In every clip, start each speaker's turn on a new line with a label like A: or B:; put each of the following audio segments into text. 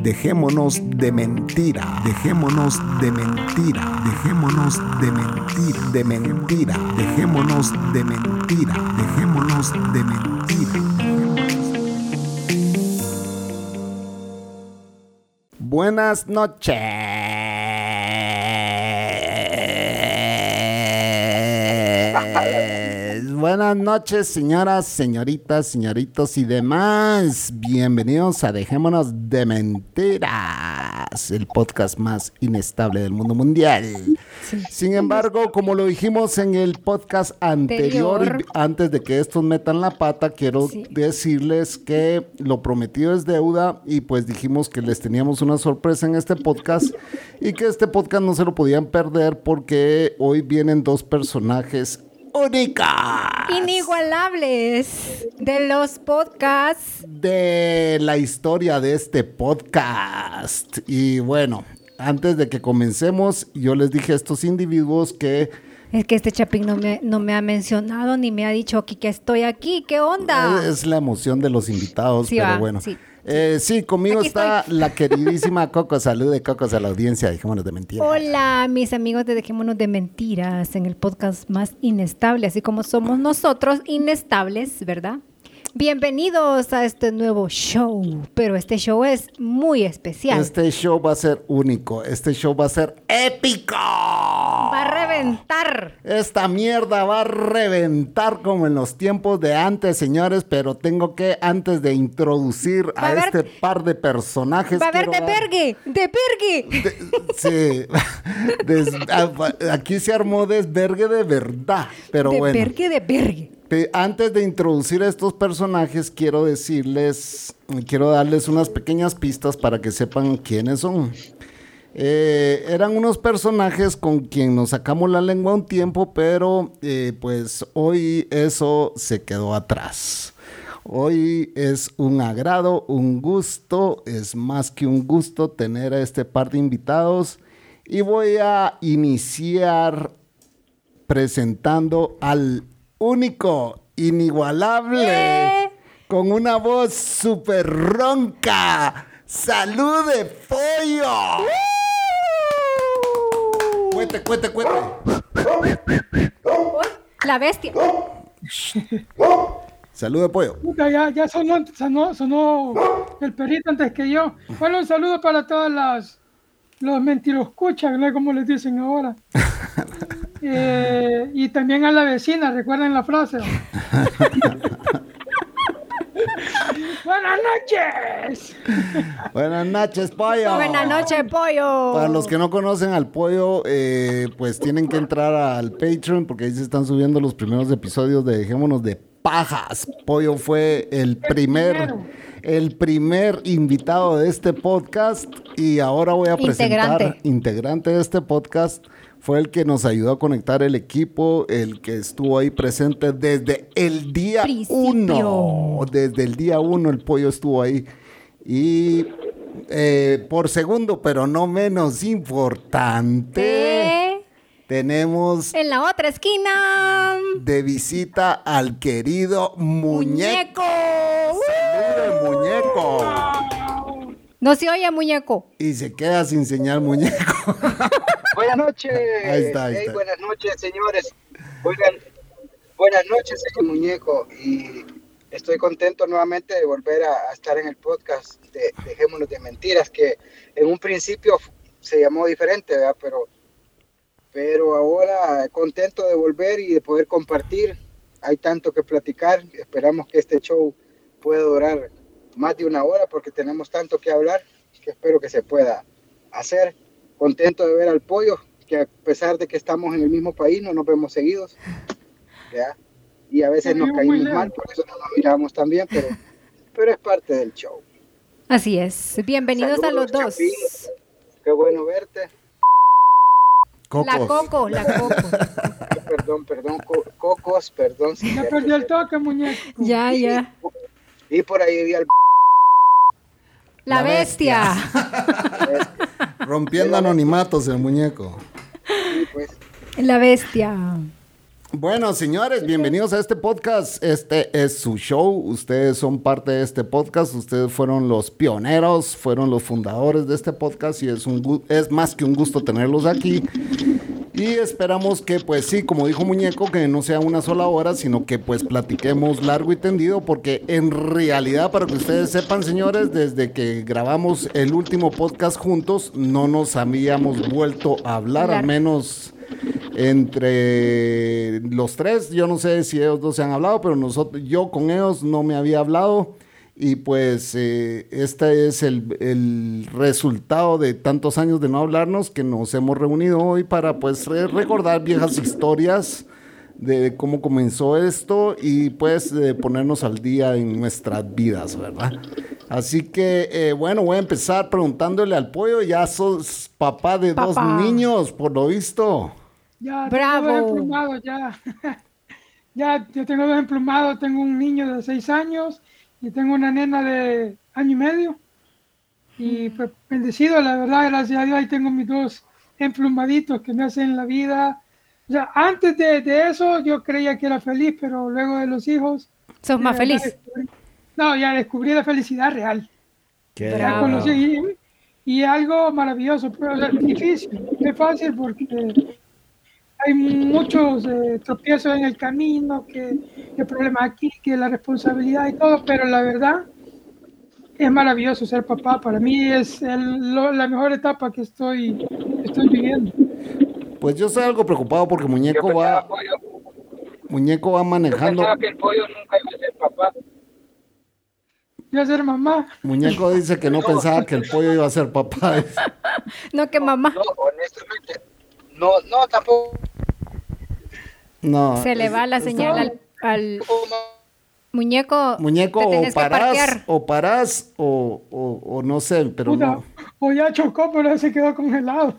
A: Dejémonos de mentira, dejémonos de mentira, dejémonos de mentir, de mentira, dejémonos de mentira, dejémonos de mentira. Buenas noches. Buenas noches, señoras, señoritas, señoritos y demás. Bienvenidos a Dejémonos de Mentiras, el podcast más inestable del mundo mundial. Sin embargo, como lo dijimos en el podcast anterior,
B: Anterior.
A: y- antes de que estos metan la pata, quiero
B: Sí.
A: decirles que lo prometido es deuda y pues dijimos que les teníamos una sorpresa en este podcast y que este podcast no se lo podían perder porque hoy vienen dos personajes únicas
B: Inigualables de los podcasts.
A: de la historia de este podcast. Y bueno, antes de que comencemos, yo les dije a estos individuos que...
B: Es que este Chapín no me, no me ha mencionado ni me ha dicho aquí que estoy aquí. ¿Qué onda?
A: Ah, Es la emoción de los invitados,
B: Ah. Sí,
A: pero
B: va,
A: bueno.
B: sí.
A: Eh, sí, conmigo
B: Aquí
A: está
B: estoy.
A: la queridísima Coco. Salude, Cocos, a la audiencia. Dejémonos de mentira.
B: Hola, mis amigos de Dejémonos de Mentiras en el podcast más inestable, así como somos nosotros inestables, ¿verdad? Bienvenidos a este nuevo show, pero este show es muy especial.
A: Este show va a ser único. Este show va a ser épico.
B: Va a reventar.
A: Esta mierda va a reventar como en los tiempos de antes, señores, pero tengo que, antes de introducir
B: Va
A: a,
B: a haber-
A: este par de personajes...
B: Va a haber
A: quiero
B: de
A: dar-
B: pergue, de
A: De-
B: pergue.
A: sí, Des- a- aquí se armó desvergue de verdad, pero
B: de
A: bueno.
B: pergue, de pergue.
A: Pe- Antes de introducir a estos personajes, quiero decirles, quiero darles unas pequeñas pistas para que sepan quiénes son. Eh, eran unos personajes con quien nos sacamos la lengua un tiempo, pero eh, pues hoy eso se quedó atrás. Hoy es un agrado, un gusto, es más que un gusto tener a este par de invitados y voy a iniciar presentando al único, inigualable,
B: ¡Eh!
A: con una voz súper ronca. ¡Salud de pollo! Cuete, cuete, cuete.
B: La bestia.
A: Salud de pollo.
C: Puta, ya, ya sonó, sonó, sonó el perrito antes que yo. Bueno, un saludo para todas las los mentiroscuchas, ¿no? como les dicen ahora. Eh, y también a la vecina, recuerden la frase. Buenas noches.
A: Buenas noches, pollo.
B: Buenas noches, pollo.
A: Para los que no conocen al pollo, eh, pues tienen que entrar al Patreon porque ahí se están subiendo los primeros episodios de Dejémonos de Pajas. Pollo fue el primer,
C: primero.
A: el primer invitado de este podcast y ahora voy a presentar
B: Integrante.
A: integrante de este podcast. Fue el que nos ayudó a conectar el equipo, el que estuvo ahí presente desde el día
B: Principio.
A: uno. Desde el día uno el pollo estuvo ahí. Y eh, por segundo, pero no menos importante,
B: Eh,
A: tenemos
B: En la otra esquina.
A: de visita al querido muñeco.
B: Muñeco.
A: Salude, muñeco.
B: No se oye, muñeco.
A: Y se queda sin señal muñeco.
D: Buenas noches.
A: Ahí está, ahí
D: Ey,
A: está.
D: buenas noches, señores. Oigan, buenas noches, señor Muñeco. Y estoy contento nuevamente de volver a, a estar en el podcast de Dejémonos de Mentiras, que en un principio f- se llamó diferente, ¿verdad? Pero, pero ahora contento de volver y de poder compartir. Hay tanto que platicar. Esperamos que este show pueda durar más de una hora porque tenemos tanto que hablar que espero que se pueda hacer. Contento de ver al pollo, que a pesar de que estamos en el mismo país, no nos vemos seguidos. ¿ya? Y a veces
C: Sí,
D: nos
C: muy
D: caímos
C: lejos.
D: mal, por eso no nos miramos también, pero, pero es parte del show.
B: Así es. Bienvenidos a los
D: Saludos,
B: dos.
D: Chapín. Qué bueno verte.
A: Cocos.
B: La coco, la coco.
D: Perdón, perdón, co- cocos, perdón. sí,
C: Ya
D: cierto,
C: perdió el
D: cierto.
C: toque, muñeco.
B: ya, Ah, ya.
D: Y por ahí vi al
B: La,
A: La
B: bestia.
A: Rompiendo anonimatos el muñeco.
D: pues.
B: la bestia.
A: Bueno, señores, bienvenidos a este podcast. Este es su show. Ustedes son parte de este podcast. Ustedes fueron los pioneros, fueron los fundadores de este podcast y es, un, gu- es más que un gusto tenerlos aquí. Y esperamos que, pues sí, como dijo Muñeco, que no sea una sola hora, sino que pues platiquemos largo y tendido, porque en realidad, para que ustedes sepan, señores, desde que grabamos el último podcast juntos, no nos habíamos vuelto a hablar, al
B: Hablar.
A: menos entre los tres. Yo no sé si ellos dos se han hablado, pero nosotros, yo con ellos no me había hablado. Y pues eh, este es el, el resultado de tantos años de no hablarnos que nos hemos reunido hoy para pues re- recordar viejas historias de cómo comenzó esto y pues de ponernos al día en nuestras vidas, ¿verdad? Así que eh, bueno, voy a empezar preguntándole al pollo, ya sos papá de
B: Papá.
A: dos niños, por lo visto.
C: Ya
B: Bravo.
C: tengo dos emplumados, ya. ya, yo tengo dos emplumados, tengo un niño de seis años y tengo una nena de año y medio. Y pues bendecido, la verdad, gracias a Dios, ahí tengo mis dos emplumaditos que me hacen la vida. Ya, antes de, de eso yo creía que era feliz, pero luego de los hijos...
B: Sos más
C: ya
B: feliz.
C: descubrí- No, ya descubrí la felicidad real. Ya
B: Bravo.
C: conocí y, y algo maravilloso, pero o sea, difícil, no es fácil porque hay muchos eh, tropiezos en el camino, que, que problemas aquí, que la responsabilidad y todo, pero la verdad es maravilloso ser papá, para mí es el- lo- la mejor etapa que estoy, estoy viviendo.
A: Pues yo estoy algo preocupado porque
D: Yo
A: muñeco
D: pensaba,
A: va,
D: pollo,
A: muñeco va manejando.
D: pensaba que el pollo nunca iba a ser papá.
C: Yo ser mamá,
A: Muñeco dice que no pensaba que el pollo iba a ser papá.
B: No, que mamá.
D: No, honestamente. No, no, tampoco.
A: No.
B: Se le
A: es-
B: va la
A: está-
B: señal al, al muñeco.
A: Muñeco
B: Te
A: o
B: tenés que
A: parás,
B: parquear.
A: o parás, o, o- o no sé, pero
C: puta,
A: no.
C: o ya chocó, pero se quedó congelado.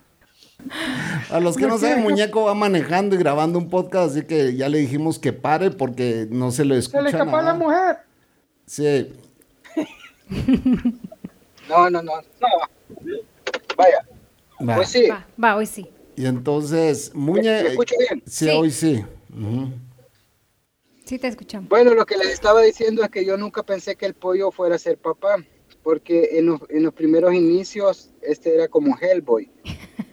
A: A los que no
C: No
A: saben,
C: quiero.
A: Muñeco va manejando y grabando un podcast, así que ya le dijimos que pare porque no se le
C: Se
A: escucha
C: le escapó a
A: nada.
C: la mujer.
A: Sí.
D: No, no, no, no. Vaya,
A: va.
D: pues sí,
B: Va, va, hoy sí.
A: Y entonces,
D: ¿me
A: Muñe...
D: escucho bien?
A: Sí,
B: Sí.
A: hoy sí. Ujú.
B: Sí te escuchamos.
D: Bueno, lo que les estaba diciendo es que yo nunca pensé que el pollo fuera a ser papá, porque en los, en los primeros inicios este era como Hellboy.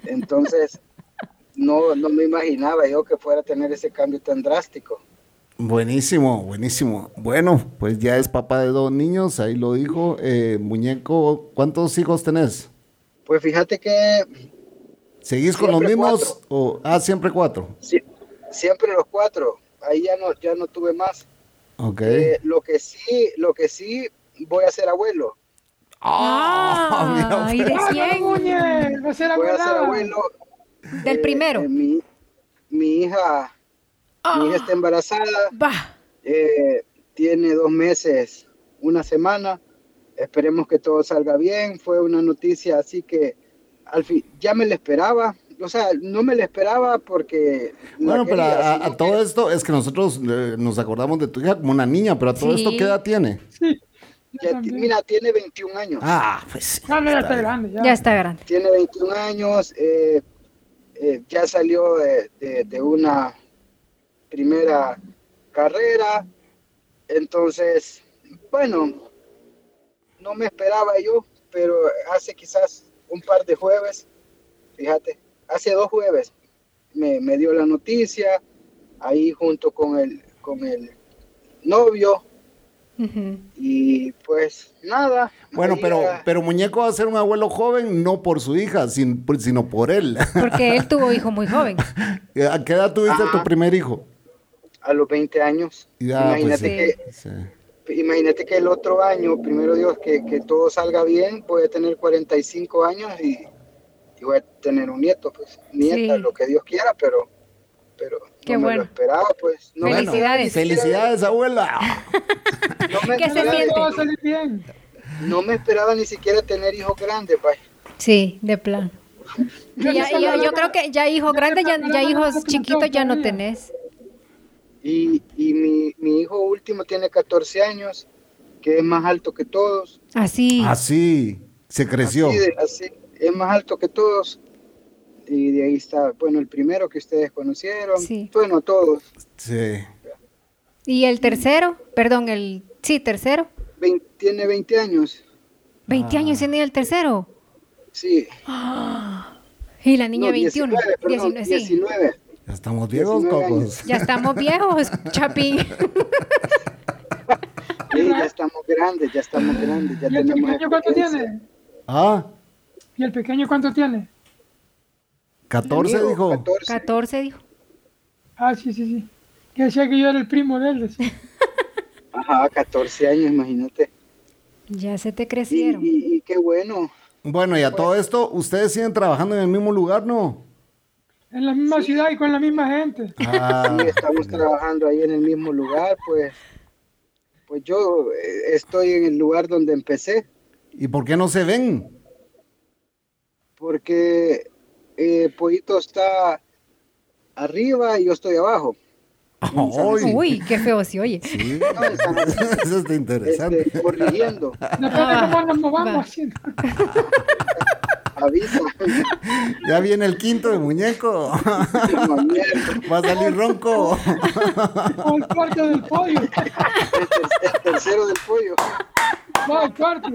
D: Entonces, no, no me imaginaba yo que fuera a tener ese cambio tan drástico.
A: Buenísimo, buenísimo. Bueno, pues ya es papá de dos niños, ahí lo dijo. Eh, muñeco, ¿cuántos hijos tenés?
D: Pues fíjate que
A: ¿Seguís con los
D: Siempre
A: mismos? O, ah, siempre cuatro.
D: si- siempre los cuatro, ahí ya no, ya no tuve más.
A: Ok.
D: Eh, lo que sí, lo que sí, voy a ser abuelo.
B: Ah,
A: mira,
B: y de
C: ¡Ah, no,
B: 100.
C: Muñe! Va a ser
D: Voy a ser
C: abuelada.
D: abuelo.
B: Del
D: Eh,
B: primero.
D: eh, mi, mi hija, mi
B: Ah.
D: hija está embarazada.
B: Va.
D: Eh, tiene dos meses, una semana. Esperemos que todo salga bien. Fue una noticia así que al fin ya me la esperaba. O sea, no me la esperaba porque. la
A: Bueno, pero
D: quería,
A: a, a
D: sino que-
A: todo esto es que nosotros eh, nos acordamos de tu hija como una niña, pero a todo
B: Sí.
A: esto, ¿qué edad tiene?
C: Sí, yo
D: ya ti-
C: también.
D: mira, tiene 21 años.
A: Ah, pues.
C: No, no, ya está
A: bien.
C: grande. Ya.
B: Ya está grande.
D: Tiene 21 años. eh, eh, ya salió de, de- de una primera carrera. Entonces, bueno, no me esperaba yo, pero hace quizás un par de jueves, fíjate, hace dos jueves me, me dio la noticia, ahí junto con el, con el novio,
B: Ujú.
D: y pues nada.
A: Bueno,
D: ahí
A: pero,
D: era-
A: pero Muñeco va a ser un abuelo joven, no por su hija, sin- sino por él.
B: Porque él tuvo hijo muy joven.
A: ¿A qué edad tuviste a tu
D: Ajá.
A: primer hijo?
D: a los 20 años.
A: Ya, pues,
D: imagínate,
B: sí.
A: Sí.
D: que, imagínate que el otro año, primero Dios, que, que todo salga bien, voy a tener 45 años y, y voy a tener un nieto, pues, nieta,
B: Sí.
D: lo que Dios quiera, pero, pero
B: Qué
D: no me
B: bueno.
D: lo esperaba, pues. No me-
B: Felicidades.
A: Felicidades, abuela.
D: no me
B: ¿Qué se
D: esperaba-
B: siente?
C: Todo va a salir bien.
D: No me esperaba ni siquiera tener hijos grandes, vaya.
B: Sí, de plan. Ya- ya- yo, creo que ya hijos grandes, ya, ya hijos chiquitos ya no tenés.
D: Y, y mi, mi hijo último tiene 14 años, que es más alto que todos.
B: Así.
D: Ah,
A: Así Ah, se creció.
D: Así de- así, es más alto que todos. Y de ahí está, bueno, el primero que ustedes conocieron.
B: Sí.
D: Bueno, todos.
A: Sí.
B: Y el tercero, perdón, el sí, tercero.
D: Vein- tiene 20 años. Ah.
B: 20 años tiene el tercero.
D: Sí.
B: Y la niña 21.
D: No, 19, perdón,
B: 19, sí.
D: 19.
A: Ya estamos viejos,
D: 19
A: cocos.
B: Ya estamos viejos, Chapín.
D: Sí, ya estamos grandes, ya estamos grandes. Ya
C: ¿Y el
D: tenemos
C: pequeño cuánto
D: experiencia.
C: tiene?
A: Ah,
C: ¿Y el pequeño cuánto tiene?
A: 14
D: Amigo,
A: dijo.
D: 14.
B: 14 dijo.
C: Ah, sí, sí, sí. Que decía que yo era el primo de él. decía.
D: Ajá, 14 años, imagínate.
B: Ya se te
D: Y,
B: crecieron.
D: y- y qué bueno.
A: Bueno, y a todo esto, ustedes siguen trabajando en el mismo lugar, ¿no?
C: En la misma ciudad y con la misma gente.
A: Ah,
D: Sí, estamos trabajando ahí en el mismo lugar, pues. Pues yo eh, estoy en el lugar donde empecé,
A: ¿Y por qué no se ven?
D: porque eh, Pollito está arriba y yo estoy abajo.
A: Ay,
B: Uy, qué feo se oye.
A: sí.
D: No, en San Andrés,
A: Eso está interesante.
D: este, corrigiendo,
C: Depende de cómo nos movamos
B: va.
C: así.
D: avisa. Este.
A: Ya viene el quinto de muñeco.
D: No, mierda.
A: Va a salir ronco.
C: O el cuarto del pollo.
D: El ter- el tercero del pollo.
C: No, el cuarto.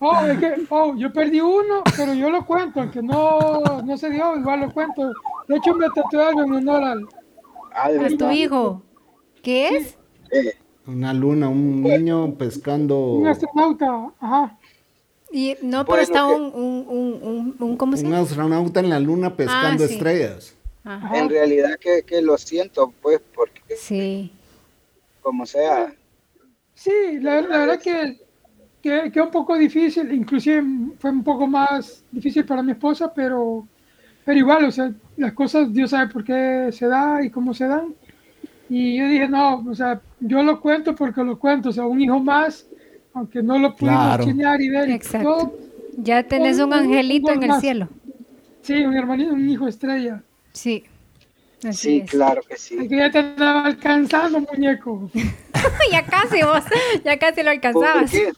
C: Oh, es que, oh, yo perdí uno, pero yo lo cuento, aunque no, no se dio, igual lo cuento. De hecho, me tatué algo en honor al...
D: Ah, de
B: A tu
D: verdad.
B: hijo. ¿Qué es?
D: Eh,
A: Una luna, un niño pescando
C: Un astronauta, ajá.
B: Y, no, pero
D: Bueno,
B: está
D: que-
B: un, un, un, un, un- ¿cómo se
A: un
B: llama?
A: astronauta en la luna pescando
B: Ah, sí.
A: estrellas.
B: Ah,
C: ajá.
D: en realidad que, que lo siento, pues, porque
B: sí.
D: como sea,
C: Sí, la, la verdad que, que, que un poco difícil, inclusive fue un poco más difícil para mi esposa, pero, pero igual, o sea, las cosas Dios sabe por qué se da y cómo se dan. Y yo dije, no, o sea, yo lo cuento porque lo cuento, o sea, un hijo más, aunque no lo pudimos
A: Claro.
C: chinear y ver y
B: Exacto.
C: todo,
B: Ya tenés un
C: Un- un-
B: angelito
C: un
B: en el
C: más.
B: cielo.
C: sí, un hermanito, un hijo estrella.
B: Sí. Así
D: sí,
B: es.
D: claro que
C: Ay,
D: sí.
C: Que ya te andaba alcanzando, muñeco.
B: ya casi vos, ya casi lo
D: ¿Por
B: alcanzabas.
D: qué?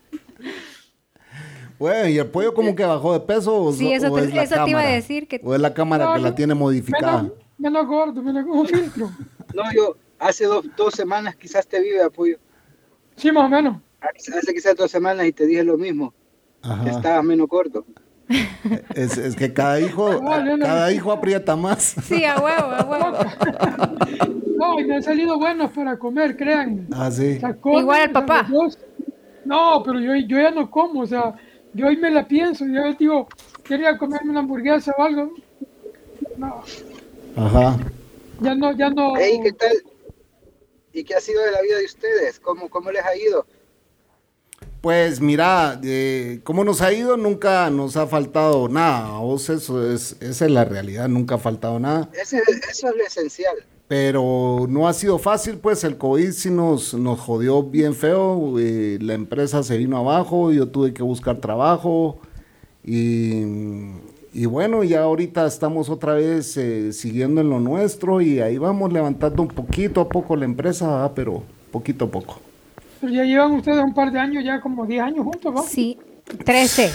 A: Güey, ¿y el pollo como que bajó de peso? O,
B: Sí, eso
A: o
B: te-
A: es la
B: eso te iba a
A: cámara?
B: decir que-
A: O es la cámara
C: No,
A: que la
C: no.
A: tiene modificada.
C: Menos, menos gordo, menos un filtro.
D: No, yo hace dos, dos semanas quizás te vi, Apuyo.
C: Sí, más o menos.
D: Hace quizás dos semanas y te dije lo mismo, que
A: Ajá.
D: estabas menos corto.
A: Es, es que cada hijo,
C: No, no, no.
A: cada hijo aprieta más.
B: Sí, a huevo, a huevo.
C: No, y me han salido buenos para comer, créanme.
A: Ah, sí.
C: Tacones,
B: Igual al
C: o sea,
B: papá.
C: los dos. No, pero yo, yo ya no como, o sea, yo hoy me la pienso, yo digo, quería comerme una hamburguesa o algo. No,
A: Ajá.
C: ya no, ya no.
B: Oh.
D: Hey, ¿qué tal? ¿Y qué ha sido de la vida de ustedes? ¿Cómo, cómo les ha ido?
A: Pues mira, eh, cómo nos ha ido, nunca nos ha faltado nada. A vos eso es, esa es la realidad, nunca ha faltado nada.
D: Ese- eso es lo esencial.
A: Pero no ha sido fácil, pues el COVID sí nos, nos jodió bien feo. eh, la empresa se vino abajo, yo tuve que buscar trabajo. Y, y bueno, ya ahorita estamos otra vez eh, siguiendo en lo nuestro y ahí vamos levantando un poquito a poco la empresa, ¿verdad? pero poquito a poco.
C: Pero ya llevan ustedes un par de años, ya como 10 años juntos, ¿no?
B: Sí, 13,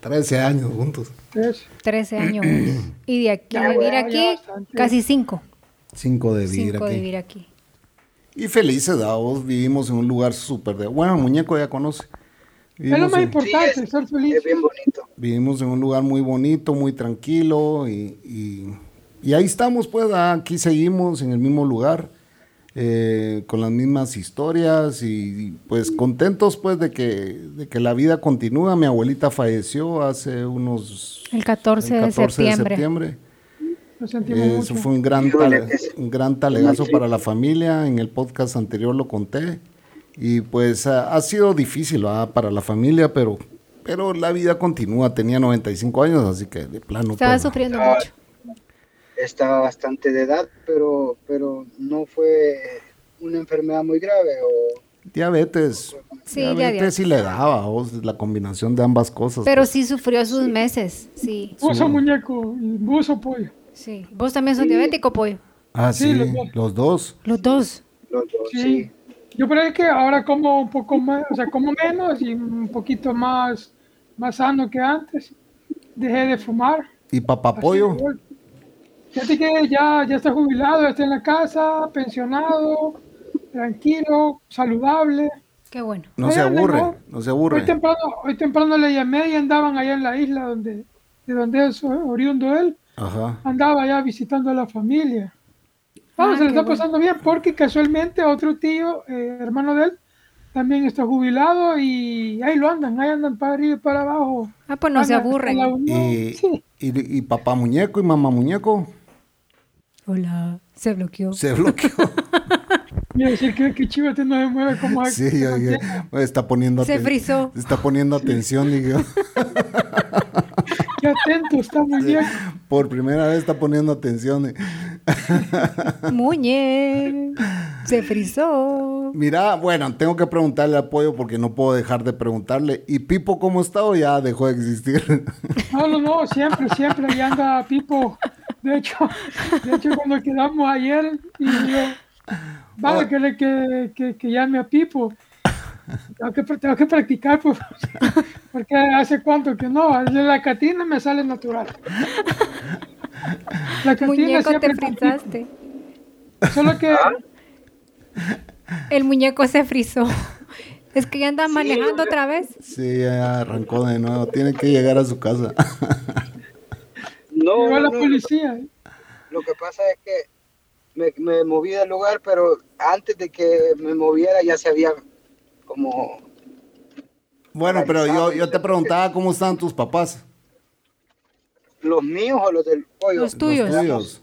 A: 13 años juntos.
C: Entonces,
B: 13 años. Y de aquí,
C: Ya,
B: vivir
C: bueno, ya
B: aquí,
C: bastante.
B: casi 5.
A: Cinco de vivir
B: 5
A: aquí.
B: vivir aquí.
A: Y felices, ¿verdad? vos vivimos en un lugar súper de... Bueno, muñeco ya conoce.
C: es lo
A: Vivimos
C: más
A: en,
D: Sí,
C: importante,
D: es,
C: ser feliz.
D: es bien bonito.
A: vivimos en un lugar muy bonito, muy tranquilo y, y- y ahí estamos, pues, ¿verdad? aquí seguimos en el mismo lugar, eh, con las mismas historias y, y, pues contentos, pues, de que, de que la vida continúa. Mi abuelita falleció hace unos...
B: El 14,
A: el
B: de septiembre.
A: septiembre.
C: Lo sentimos
A: Eh, Eso
C: mucho.
A: fue un gran,
D: Híjole,
A: tale-
D: es-
A: un gran talegazo para la familia. En el podcast anterior lo conté. Y pues ha, ha sido difícil ¿verdad? para la familia, pero, pero la vida continúa. Tenía 95 años, así que de plano. pues,
B: Estaba
A: todo.
B: sufriendo
D: Ah,
B: mucho.
D: Estaba bastante de edad, pero, pero no fue una enfermedad muy grave. O,
A: Diabetes
B: Sí,
A: ya
B: de adiós.
A: sí le daba vos, la combinación de ambas cosas.
B: Pero
A: pues.
B: sí sufrió sus meses, sí,
C: Buzo muñeco y buzo pollo.
B: sí. Vos también sos diabético, pollo.
A: Ah, sí,
C: Sí,
A: los
C: los dos.
A: dos.
B: Los dos.
D: Los dos,
C: Sí.
D: Pues sí.
C: Yo creo que ahora como un poco más, o sea, como menos y un poquito más, más sano que antes. Dejé de fumar.
A: ¿Y
C: Así
A: papapollo?
C: de golpe. Fíjate que ya, ya está jubilado, está en la casa, pensionado, tranquilo, saludable.
B: Qué bueno.
A: No se
C: Oigan,
A: aburre,
C: ¿no?
A: no se
C: Hoy
A: aburre.
C: temprano, hoy temprano le llamé y andaban allá en la isla donde, de donde es oriundo él,
A: Ajá.
C: andaba allá visitando a la familia. Vamos,
B: Ah,
C: se le
B: qué
C: está
B: bueno.
C: pasando bien porque casualmente otro tío, eh, hermano de él, también está jubilado y ahí lo andan, ahí andan para arriba y para abajo.
B: Ah, pues no se
C: Andan
B: aburren.
C: en la unión,
A: Y,
C: sí.
A: y- y papá muñeco y mamá muñeco
B: Hola, se bloqueó.
A: se bloqueó.
C: Y decir que, que Chivate no se mueve como
A: sí, yo dije, está poniendo
B: Se
A: aten-
B: frizó.
A: Está poniendo atención, digo.
C: Qué atento, está muy bien.
A: Por primera vez está poniendo atención.
B: Muñe. Se frizó.
A: Mira, bueno, tengo que preguntarle apoyo porque no puedo dejar de preguntarle. ¿Y Pipo cómo está o ya dejó de existir?
C: No, no, no, siempre, siempre ahí anda Pipo. De hecho, de hecho cuando quedamos ayer y yo, vale, que, le- que, que, que llame a Pipo. Tengo que, tengo que practicar, pues, porque hace cuánto que no. De la catina me sale natural. La catina
B: Muñeco,
C: siempre
B: te
C: está aquí,
B: frizaste.
C: Solo que
D: Ah,
B: El muñeco se frizó. Es que ya anda manejando otra vez.
A: sí, ya arrancó de nuevo. Tiene que llegar a su casa.
C: llegó
D: No,
C: la
D: no, pues. no,
C: policía.
D: Lo que pasa es que me, me moví del lugar, pero antes de que me moviera ya se había como...
A: bueno, pero yo, yo te preguntaba cómo están tus papás.
D: ¿Los míos o los del pollo?
B: Los tuyos.
A: Los tuyos.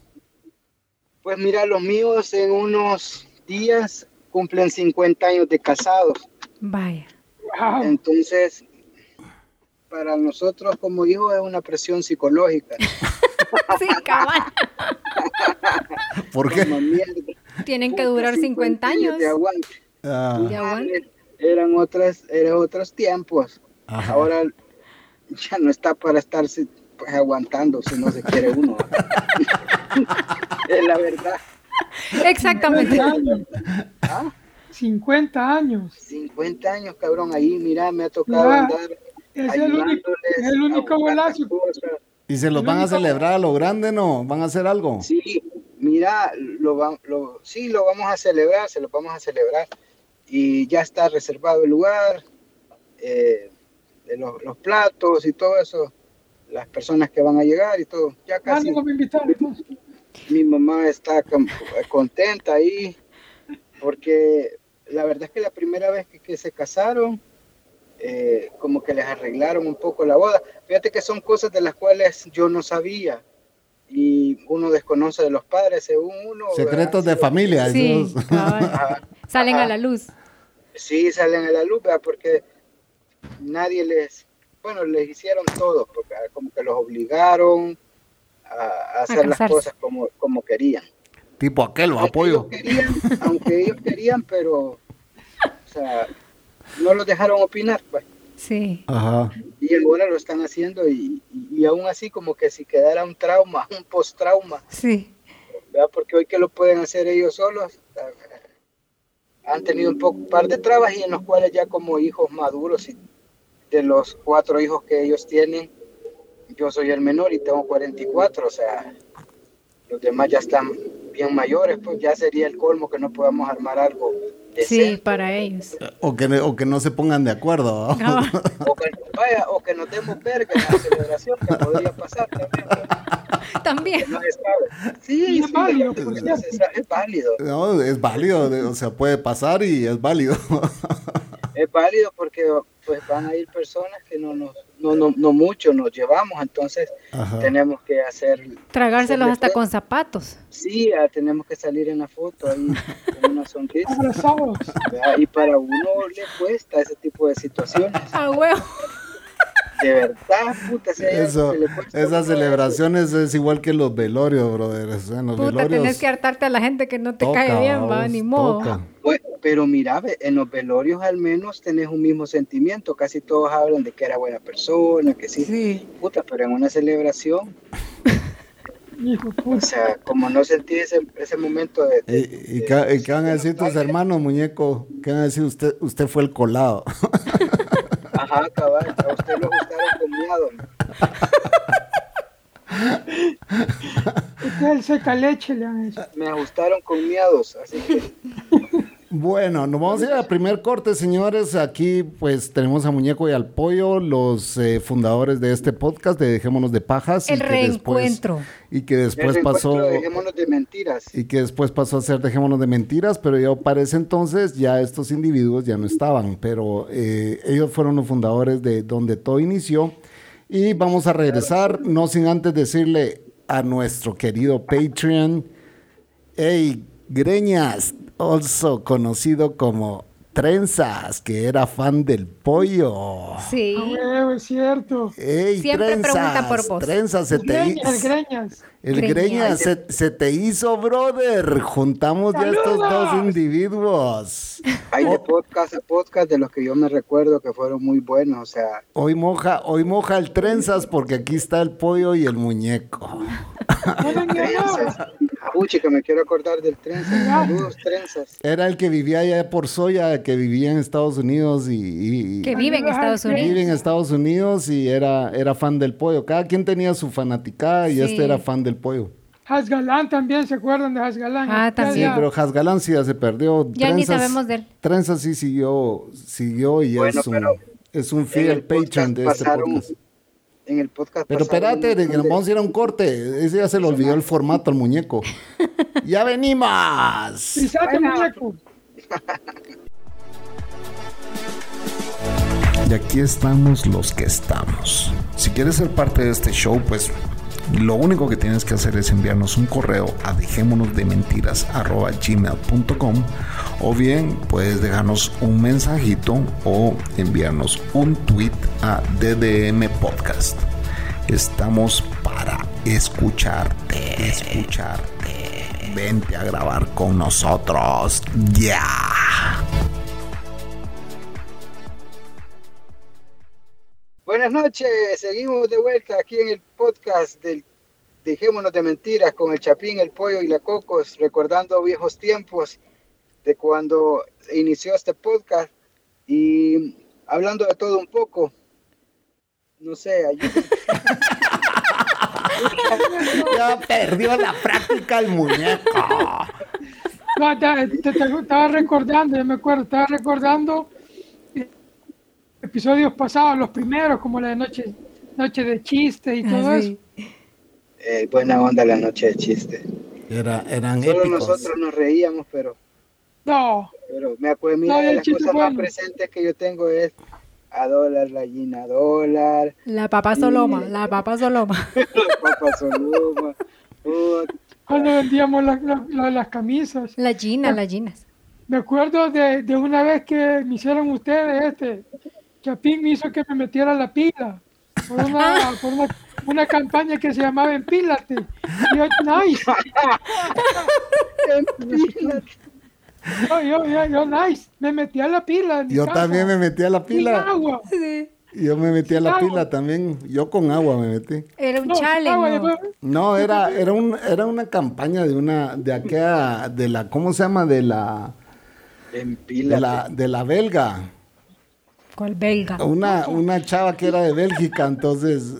D: Pues mira, los míos en unos días cumplen 50 años de casados.
B: Vaya.
C: Wow.
D: Entonces, para nosotros como hijos es una presión psicológica.
B: Sí, cabal.
A: ¿Por qué?
D: Como mierda.
B: Tienen que
D: Puta,
B: durar 50 años.
D: de aguante.
A: Ah,
B: De aguante.
D: Eran otras, eran otros tiempos.
A: Ajá.
D: Ahora ya no está para estarse pues, aguantando si no se quiere uno. es la verdad.
B: Exactamente.
C: 50 años. 50 años.
D: 50 años, cabrón, ahí, mira, me ha tocado
C: Mira,
D: andar
C: Es el único, es el único golazo.
A: ¿Y se los van a celebrar a lo grande, no? ¿Van a hacer algo?
D: Sí, mira, lo, va- lo, sí, lo vamos a celebrar, se lo vamos a celebrar. Y ya está reservado el lugar, eh, de los, los platos y todo eso, las personas que van a llegar y todo. Ya
C: Ah,
D: casi
C: no me invitaron. entonces.
D: mi mamá está con- contenta ahí, porque la verdad es que la primera vez que, que se casaron, eh, como que les arreglaron un poco la boda. Fíjate que son cosas de las cuales yo no sabía y uno desconoce de los padres, según uno.
A: Secretos de
D: ¿verdad?
A: familia.
B: Sí,
A: esos.
B: cabal. Salen a la luz.
D: Sí, salen a la luz, ¿verdad? porque nadie les, bueno, les hicieron todo, porque como que los obligaron a, a hacer las
B: casarse.
D: cosas como, como querían.
A: Tipo aquel, ¿va,
D: aunque ellos
A: apoyo.
D: querían, aunque ellos querían, pero o sea, no los dejaron opinar, pues.
B: Sí.
A: Ajá.
D: Y ahora lo están haciendo y, y- y aún así como que si quedara un trauma, un post-trauma,
B: Sí.
D: ¿verdad? Porque hoy que lo pueden hacer ellos solos, eh, han tenido un poco, par de trabas y en los cuales ya como hijos maduros, y de los cuatro hijos que ellos tienen, yo soy el menor y tengo 44, o sea, los demás ya están bien mayores, pues ya sería el colmo que no podamos armar algo
B: Sí,
D: decente,
B: para ellos.
A: O que, o que no se pongan de acuerdo. ¿va?
B: Cabal.
D: o, que, vaya, o que nos demos verga en la celebración que podría pasar
B: También.
D: también, pues, no se sabe. Sí,
C: Y es
D: sí,
C: válido,
D: ya,
C: por
D: ya se sabe, es válido.
A: No, es válido, de- o sea, puede pasar y es válido.
D: es válido porque pues van a ir personas que no nos no, no, no mucho nos llevamos entonces
A: Ajá.
D: tenemos que hacer
B: Tragárselos hasta con zapatos.
D: sí ah, tenemos que salir en la foto ahí con una sonrisa
C: Abrazados.
D: ¿verdad? y para uno le cuesta ese tipo de situaciones
B: A huevo.
D: de verdad puta si hay algo
A: Eso,
D: que le cuesta a uno,
A: esas celebraciones es igual que los velorios, brother. o sea, en los
B: Puta,
A: velorios
B: tenés que hartarte a la gente que no te
A: toca,
B: cae bien, va,
A: vos,
B: ni modo.
A: toca.
D: pues, Pero mira, ve, en los velorios al menos tenés un mismo sentimiento. Casi todos hablan de que era buena persona, que sí.
E: Sí.
D: Puta, pero en una celebración,
C: Hijo, pues,
D: o
C: puta.
D: sea, como no sentí ese, ese momento de... de-
A: Eh, ¿Y, y
D: de-
A: qué, y qué van a decir tus hermanos, muñeco? ¿Qué van a decir? Usted, usted fue el colado.
D: Ajá, cabal, a usted lo gustaron con miedo.
C: Usted es el seca leche, le han hecho.
D: Me ajustaron con miedos, así que
A: Bueno, nos vamos a ir al primer corte, señores. Aquí pues tenemos a Muñeco y al Pollo, los eh, fundadores de este podcast de Dejémonos de Pajas.
B: El
A: que después-
B: reencuentro.
A: y que después
D: el reencuentro
A: Pues pasó...
D: de Dejémonos de mentiras.
A: Y que después pasó a ser Dejémonos de Mentiras, pero ya para ese entonces ya estos individuos ya no estaban, pero eh, ellos fueron los fundadores de donde todo inició. Y vamos a regresar, no sin antes decirle a nuestro querido Patreon, hey, Greñas, also conocido como Trenzas, que era fan del pollo.
B: Sí.
C: Ah, huevo, es cierto.
A: Hey,
B: Siempre
A: trenzas,
B: pregunta por vos.
A: Trenzas, se te, hi-
C: Greñas, greñas.
A: el
B: Greñas.
A: greña se, se te hizo, brother. Juntamos ya estos
C: ¡Saludos!
A: dos individuos.
D: Hay
A: Oh.
D: de podcast a podcast de los que yo me recuerdo que fueron muy buenos, o sea,
A: Hoy moja, hoy moja el trenzas porque aquí está el pollo y el muñeco.
C: No le han llamado.
D: trenzas. Puchi, que me quiero acordar del trenzas. Saludos, trenzas.
A: Era el que vivía allá por Soya, que vivía en Estados Unidos y, y-
B: Que vive en Estados
C: Ay,
A: vive
B: Unidos.
A: en Estados Unidos y era, era fan del pollo. Cada quien tenía su fanaticada y
B: Sí.
A: este era fan del pollo.
C: Hasgalán también, ¿se acuerdan de Hasgalán?
B: Ah,
A: Sí,
B: también. Ya.
A: pero Hasgalán sí ya se perdió.
B: Ya ni sabemos de él.
A: Trenzas sí siguió, siguió y
D: Bueno,
A: es, un,
D: pero
A: es un
D: En
A: fiel
D: el podcast
A: patron de este
D: pasaron-
A: podcast.
D: En el podcast
A: Pero
D: pasaron
A: espérate,
D: un
A: de que nos
D: montón
A: vamos a
D: de-
A: ir a un corte. Ese ya se le olvidó el formato al muñeco. ¡Ya venimos!
C: Pisate, muñeco.
A: Y aquí estamos los que estamos. Si quieres ser parte de este show, pues lo único que tienes que hacer es enviarnos un correo a dejémonos de mentiras gmail.com o bien puedes dejarnos un mensajito o enviarnos un tweet a DDM Podcast. Estamos para escucharte. Escucharte. Vente a grabar con nosotros. Ya.
D: Buenas noches, seguimos de vuelta aquí en el podcast del Dejémonos de Mentiras con el Chapín, el Pollo y la Cocos, recordando viejos tiempos de cuando inició este podcast y hablando de todo un poco. No sé, ayúdenme.
A: Ya perdió la práctica el muñeco.
C: No, te, te- te- estaba recordando, yo me acuerdo, estaba recordando eh, episodios pasados, los primeros, como la de Noche, noche de Chiste y todo
E: Ah,
C: eso.
E: sí.
D: Eh, buena onda la noche de chiste.
A: Era, eran
D: Solo
A: épicos.
D: nosotros nos reíamos, pero,
C: No,
D: pero me acuerdo, mira,
C: No, el
D: de las
C: chiste
D: cosas más
C: bueno.
D: presentes que yo tengo es a dólar, la gallina a dólar,
B: La papá Soloma, la papá Soloma.
D: Papa Soluma, puta,
C: cuando vendíamos la- la- la- las camisas.
B: La Gina, la Gina.
C: Me acuerdo de, de una vez que me hicieron ustedes este, Chapín me hizo que me metiera la pila por una, por una, una campaña que se llamaba Empílate. Y yo, nice. Yo, yo, yo, yo, nice. Me metí a la pila. en mi
A: Yo
C: casa.
A: también me metí a la
C: Sin
A: pila.
C: agua.
B: Sí.
A: Yo me metí a la
C: Sin agua.
A: pila también. Yo con agua me metí.
B: Era un
C: No, sin
B: challenge.
C: agua,
B: ¿no?
C: después-
A: No, era, era, un, era una campaña de una, de aquella, de la, ¿cómo se llama? De la, de
D: empílate.
A: la, de la belga.
B: ¿Cuál belga?
A: Una, una chava que era de Bélgica, entonces.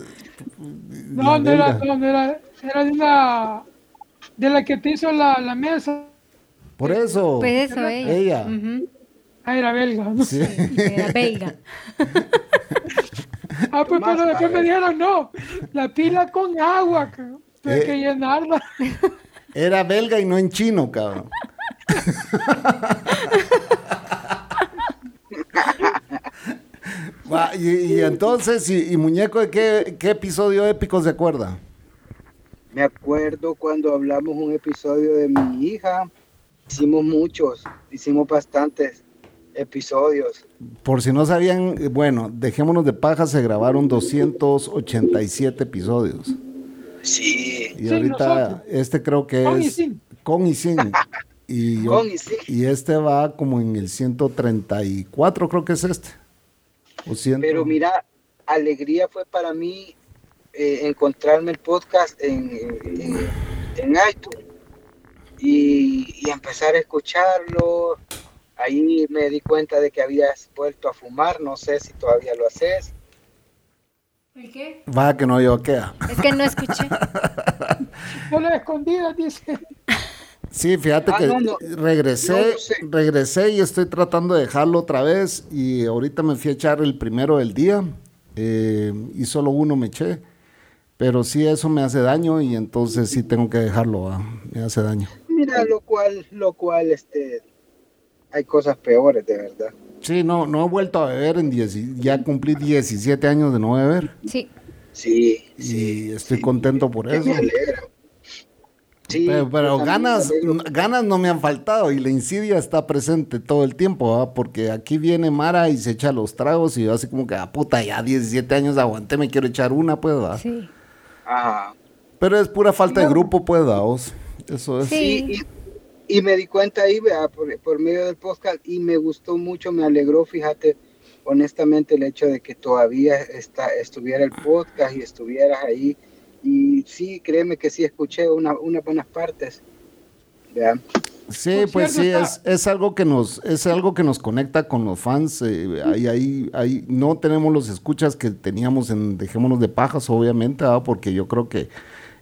A: la
C: No, no era,
A: belga.
C: no, no era, era de la, de la que te hizo la, la mesa.
A: Por eso.
B: Pues eso, ella.
A: Ella.
B: Ujú.
C: Ah, era belga. ¿no?
A: Sí.
B: Era belga.
C: Ah, pues, pero después me dijeron, no, la pila con agua, cabrón. Tuve
A: Eh.
C: que llenarla.
A: Era belga y no en chino, cabrón. Va, y, y entonces, y, y muñeco, ¿de qué, qué episodio épico se acuerda?
D: Me acuerdo cuando hablamos un episodio de mi hija, hicimos muchos, hicimos bastantes episodios.
A: Por si no sabían, bueno, dejémonos de paja, se grabaron 287 episodios.
D: Sí,
A: Y
C: Sí,
A: ahorita
C: nosotros.
A: este creo que
C: Con y
A: es
C: sin.
A: con y sin. Y, yo-
D: Con y sin.
A: y este va como en el 134, creo que es este. O 100.
D: Pero mira, alegría fue para mí eh, encontrarme el podcast en, en, en iTunes y, y empezar a escucharlo. Ahí me di cuenta de que habías vuelto a fumar, no sé si todavía lo haces.
B: ¿El qué?
A: Va que no yo queda.
B: Es que no escuché.
C: Yo lo escondía, dice.
A: Sí, fíjate
D: Ah,
A: que
D: no, no.
A: regresé,
D: No, yo sé.
A: regresé y estoy tratando de dejarlo otra vez y ahorita me fui a echar el primero del día eh, y solo uno me eché. Pero sí, eso me hace daño y entonces sí tengo que dejarlo, ¿va? me hace daño.
D: Mira, lo cual, lo cual, este, hay cosas peores, de verdad.
A: Sí, no, no he vuelto a beber en 10, ya cumplí 17 años de no beber
B: Sí.
D: Sí,
A: y
D: sí,
A: estoy contento por
D: que
A: eso.
D: me alegra. Sí,
A: Pero, pero
D: pues, a mí me
A: ganas,
D: alegro.
A: ganas no me han faltado y la insidia está presente todo el tiempo, ¿ah? porque aquí viene Mara y se echa los tragos y yo así como que, ah, puta, ya 17 años aguanté, me quiero echar una, pues, ¿va?
B: Sí.
D: Ajá.
A: Pero es pura falta de grupo, pues, daos. Eso es.
B: Sí.
D: Sí, y, y me di cuenta ahí, vea, por, por medio del podcast, y me gustó mucho, me alegró, fíjate, honestamente, el hecho de que todavía está, estuviera el podcast y estuvieras ahí. Y sí, créeme que sí escuché una- unas buenas partes. vea.
A: Sí,
C: Por
A: pues sí,
C: cierto,
A: es, es algo que nos, es algo que nos conecta con los fans. eh, ahí, ahí, ahí no tenemos los escuchas que teníamos en Dejémonos de Pajas, obviamente, ¿ah? porque yo creo que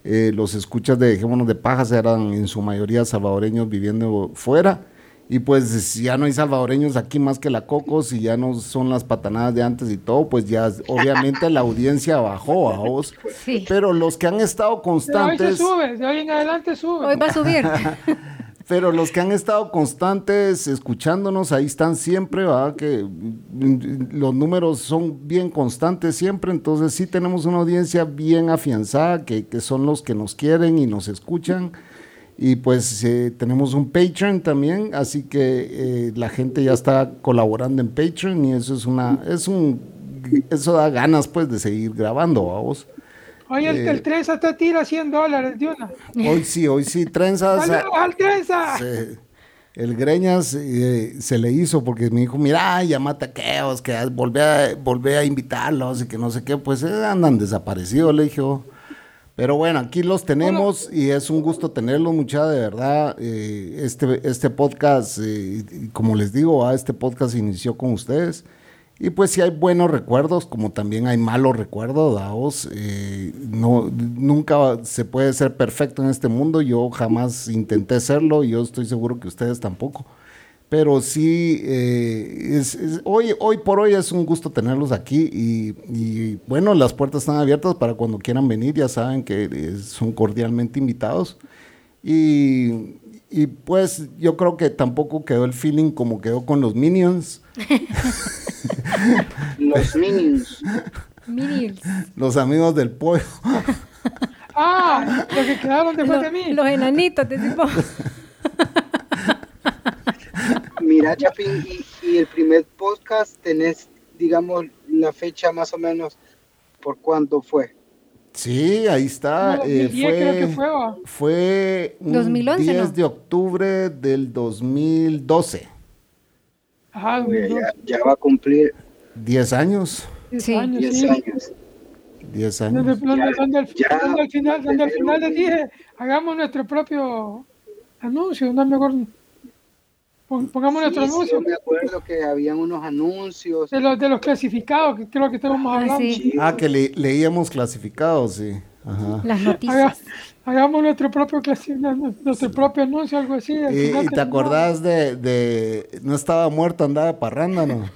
A: eh, los escuchas de Dejémonos de Pajas eran en su mayoría salvadoreños viviendo fuera. Y pues ya no hay salvadoreños aquí más que la Cocos y ya no son las patanadas de antes y todo, pues ya obviamente la audiencia bajó a vos.
B: Sí.
A: Pero los que han estado
C: Pero hoy se
A: constantes...
C: sube, de hoy en adelante sube.
B: Hoy va a subir.
A: Pero los que han estado constantes escuchándonos, ahí están siempre, ¿verdad? Que mm, los números son bien constantes siempre, entonces sí tenemos una audiencia bien afianzada, que, que son los que nos quieren y nos escuchan. Y pues eh, tenemos un Patreon también, así que eh, la gente ya está colaborando en Patreon y eso es una, es un, eso da ganas pues de seguir grabando, vamos.
C: Hoy el, el trenza te tira 100 dólares de una.
A: Hoy sí, hoy sí, trenzas.
C: ¡Saludos al ah. trenza!
A: se- eh, el Greñas eh, se le hizo porque me dijo, mira, llámate a Keos, que volví a, volví a invitarlos y que no sé qué, pues eh, andan desaparecidos, le dije. yo. Pero bueno, aquí los tenemos y es un gusto tenerlos, mucha, de verdad. eh, este, este podcast, eh, y como les digo, ah, este podcast inició con ustedes. Y pues si hay buenos recuerdos, como también hay malos recuerdos, daos. eh, no, nunca se puede ser perfecto en este mundo. Yo jamás intenté serlo y yo estoy seguro que ustedes tampoco. Pero sí, eh, es- es- hoy, hoy por hoy es un gusto tenerlos aquí y, y, bueno, las puertas están abiertas para cuando quieran venir, ya saben que eh, son cordialmente invitados. Y, y pues yo creo que tampoco quedó el feeling como quedó con los Minions.
D: Los niños.
B: Minions.
A: Los amigos del pollo.
C: Ah, lo que quedaron después de mí.
B: Los, los enanitos, de tipo.
D: Mira, Chapín, y, y el primer podcast tenés, digamos, la fecha más o menos por cuándo fue.
A: Sí, ahí está.
C: No,
A: eh,
C: 2010 creo que fue, ah. ¿va?
A: fue un
B: 2011,
A: 10
B: ¿no?
A: de octubre del 2012.
C: Ajá,
D: Ya,
C: güey, dos,
D: ya va a cumplir
A: 10 años.
C: diez
B: Sí.
C: años,
D: 10
C: sí.
D: años.
A: 10
C: Donde,
A: años.
C: donde- donde al,
D: Ya,
C: donde al final, donde al
D: pero-
C: final les dije, hagamos nuestro propio anuncio, no mejor pon- pongamos nuestro
D: Sí, sí, yo
C: anuncio
D: me acuerdo que habían unos anuncios.
C: de los de los clasificados que creo que estábamos
B: Ah,
C: hablando.
B: sí.
D: Sí,
A: Ah, que le- leíamos clasificados, sí. Ajá.
B: Las
C: Haga-
B: noticias.
C: hagamos nuestro propio clasi- nuestro propio anuncio, algo así. al
A: Y,
C: final
A: y te
C: terminó.
A: acordás de, de- No estaba muerto, andaba de parranda, ¿no?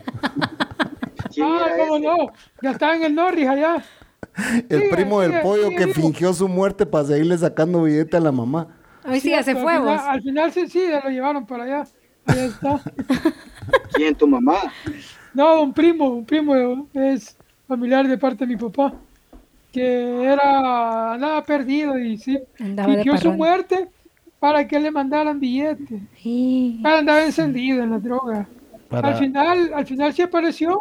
D: ¿quién
C: Ah,
D: era
C: cómo
D: ese?
C: no. Ya estaba en el Norris allá.
A: El
C: Sigue,
A: primo del
C: sigue,
A: pollo
C: sigue
A: que
C: vivo.
A: fingió su muerte para seguirle sacando billete a la mamá.
B: Hoy Pues sí, hace
C: al
B: fuegos.
C: Final, al final sí, sí, ya lo llevaron para allá. Ahí está.
D: ¿Quién, tu mamá?
C: No, un primo, un primo es familiar de parte de mi papá, que era, andaba perdido y sí,
B: Andaba de
C: fingió su
B: parranda.
C: muerte para que le mandaran billetes.
B: Sí.
C: Pero andaba encendido en la droga.
A: Para-
C: Al final, al final sí apareció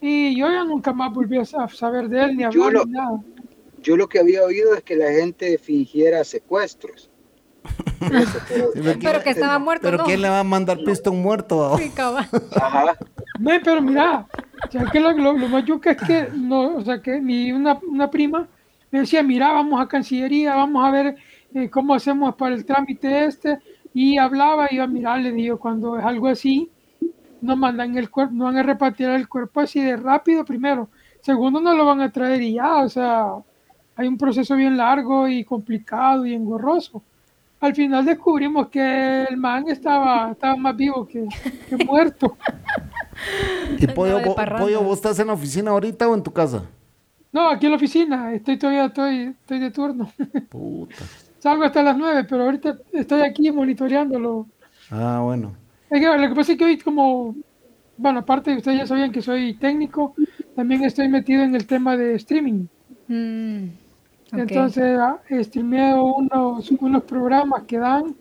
C: y yo ya nunca más volví a sa- saber de él ni
D: Yo
C: hablar
D: lo-
C: ni nada.
D: Yo lo que había oído es que la gente fingiera secuestros. Eso, pero,
A: Sí, pero-
B: Pero que estaba muerto,
A: Pero
B: ¿no?
A: ¿quién le va a mandar pistón muerto? va?
B: Sí, cabal.
D: Ajá.
C: No, pero mira, o sea, que lo, lo, lo más yuca es que, no, o sea, que mi, una, una prima me decía, mira, vamos a Cancillería, vamos a ver eh, cómo hacemos para el trámite este, y hablaba, iba a mirar, le digo, cuando es algo así, no mandan el cuerpo, no van a repartir el cuerpo así de rápido primero, segundo no lo van a traer y ya, o sea, hay un proceso bien largo y complicado y engorroso. Al final descubrimos que el man estaba, estaba más vivo que- que muerto.
A: Y pollo,
B: de
A: vo-
B: parranda.
A: Pollo, ¿vos estás en la oficina ahorita o en tu casa?
C: No, aquí en la oficina, estoy todavía, estoy, estoy de turno.
A: Puta.
C: Salgo hasta las 9, pero ahorita estoy aquí monitoreándolo.
A: Ah, bueno.
C: Es que lo que pasa es que hoy como, bueno, aparte de ustedes ya sabían que soy técnico, también estoy metido en el tema de streaming.
B: Mm, ok.
C: Entonces, ah, streameo unos, unos programas que dan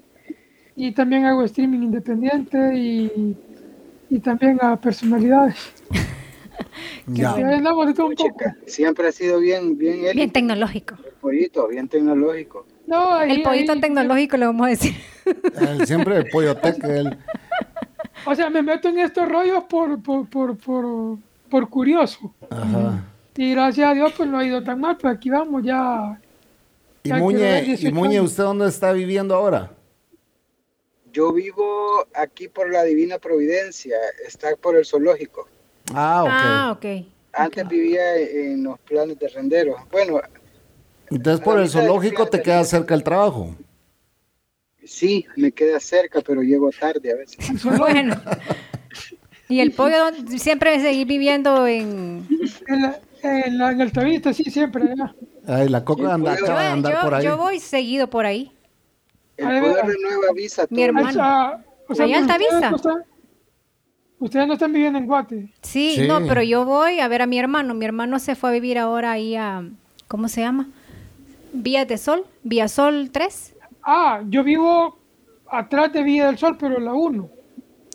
C: y también hago streaming independiente y, y también a personalidades.
A: Ya.
C: Y ahí andamos de todo un poco.
D: Chica, siempre ha sido bien, bien él,
B: Bien tecnológico.
D: el pollito, bien tecnológico.
C: No, ahí-
B: El pollito
C: ahí-
B: en tecnológico le vamos a decir.
A: Él siempre de pollo tech. él.
C: O sea, me meto en estos rollos por, por, por, por, por curioso.
A: Ajá.
C: Y gracias a Dios, pues no ha ido tan mal, pues aquí vamos ya.
A: Y
C: Ya quiero ver
A: Muñe, y
C: 18
A: Muñe,
C: años.
A: ¿usted dónde está viviendo ahora?
D: Yo vivo aquí por la Divina Providencia, está por el zoológico.
A: Ah, ok.
B: Ah, ok.
D: Antes vivía en los planes de rendero. Bueno,
A: Entonces por el
D: ahorita-
A: zoológico te queda cerca el trabajo.
D: sí, me queda cerca, pero llego tarde a veces.
B: Bueno. Y el pollo siempre seguir viviendo en...
C: En, la, en, la- en Altavista, sí, siempre. ¿verdad?
A: Ay, la coca
D: Sí,
A: anda,
D: pollo.
B: Yo,
A: acaba de andar por
B: yo,
A: ahí.
B: yo voy seguido por ahí.
D: El
C: Ahí
D: poder
C: va.
D: renueva visa.
B: Mi
D: todo.
C: O
B: hermano.
C: sea, o sea,
B: Ahí Altavista.
C: ustedes no están- ustedes no están viviendo en Guate.
B: Sí,
A: Sí.
B: no, pero yo voy a ver a mi hermano. Mi hermano se fue a vivir ahora ahí a... ¿Cómo se llama? Vía de Sol, Vía Sol 3,
C: Ah, yo vivo atrás de Villa del Sol, pero la 1.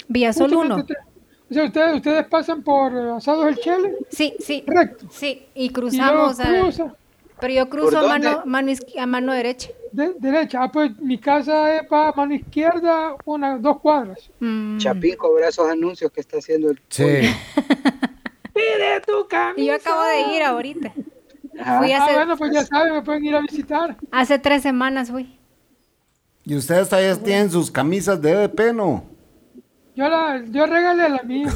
B: Vía Sol 1.
C: Justamente atrás. O sea, ustedes, ustedes pasan por eh, Asados del Chele,
B: Sí, sí,
C: recto.
B: sí, y
C: Y luego
B: cruzamos, a-
C: cruza.
B: pero yo cruzo a
D: ¿Por
B: mano,
D: dónde?
B: mano izqui- a mano derecha.
C: De- derecha, ah, pues mi casa es para mano izquierda, una, dos cuadras.
B: Mm.
D: Chapín cobra esos anuncios que está haciendo el
A: Sí.
C: ¡Pide tu
B: Y yo
C: camisa!
B: acabo de ir ahorita.
D: Ajá.
B: Fui
C: Ah,
B: hace,
C: bueno, pues ya saben, me pueden ir a visitar.
B: hace tres semanas, fui.
A: Y ustedes todavía tienen sus camisas de EDP, ¿no?
C: Yo, la, yo regalé la mía.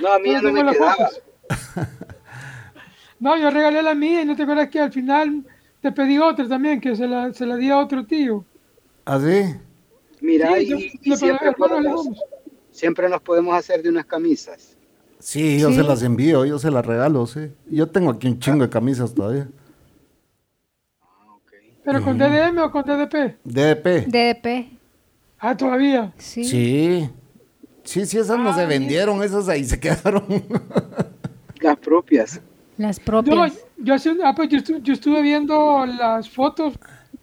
D: No, a mí ya no
C: tengo
D: me
C: las
D: quedaba.
C: fotos. No, yo regalé la mía y no te acuerdas que al final te pedí otra también, que se la, se la di a otro tío.
A: Así.
D: Mira,
C: Sí, yo-
D: y, y
C: le pagué,
D: siempre,
C: bueno, le
D: podemos,
C: vamos.
D: siempre nos podemos hacer de unas camisas.
A: Sí, yo
B: Sí.
A: se las envío, yo se las regalo, sí. Yo tengo aquí un chingo de camisas todavía.
C: ¿Pero con DDM o con DDP?
A: DDP.
B: DDP,
C: Ah, todavía.
B: sí.
A: Sí. Sí, sí, esas no se
C: Ah,
A: vendieron, esas ahí se quedaron.
D: Las propias.
B: Las
C: Yo,
B: propias.
C: yo, hace un- ah, pues yo, estu- yo estuve viendo las fotos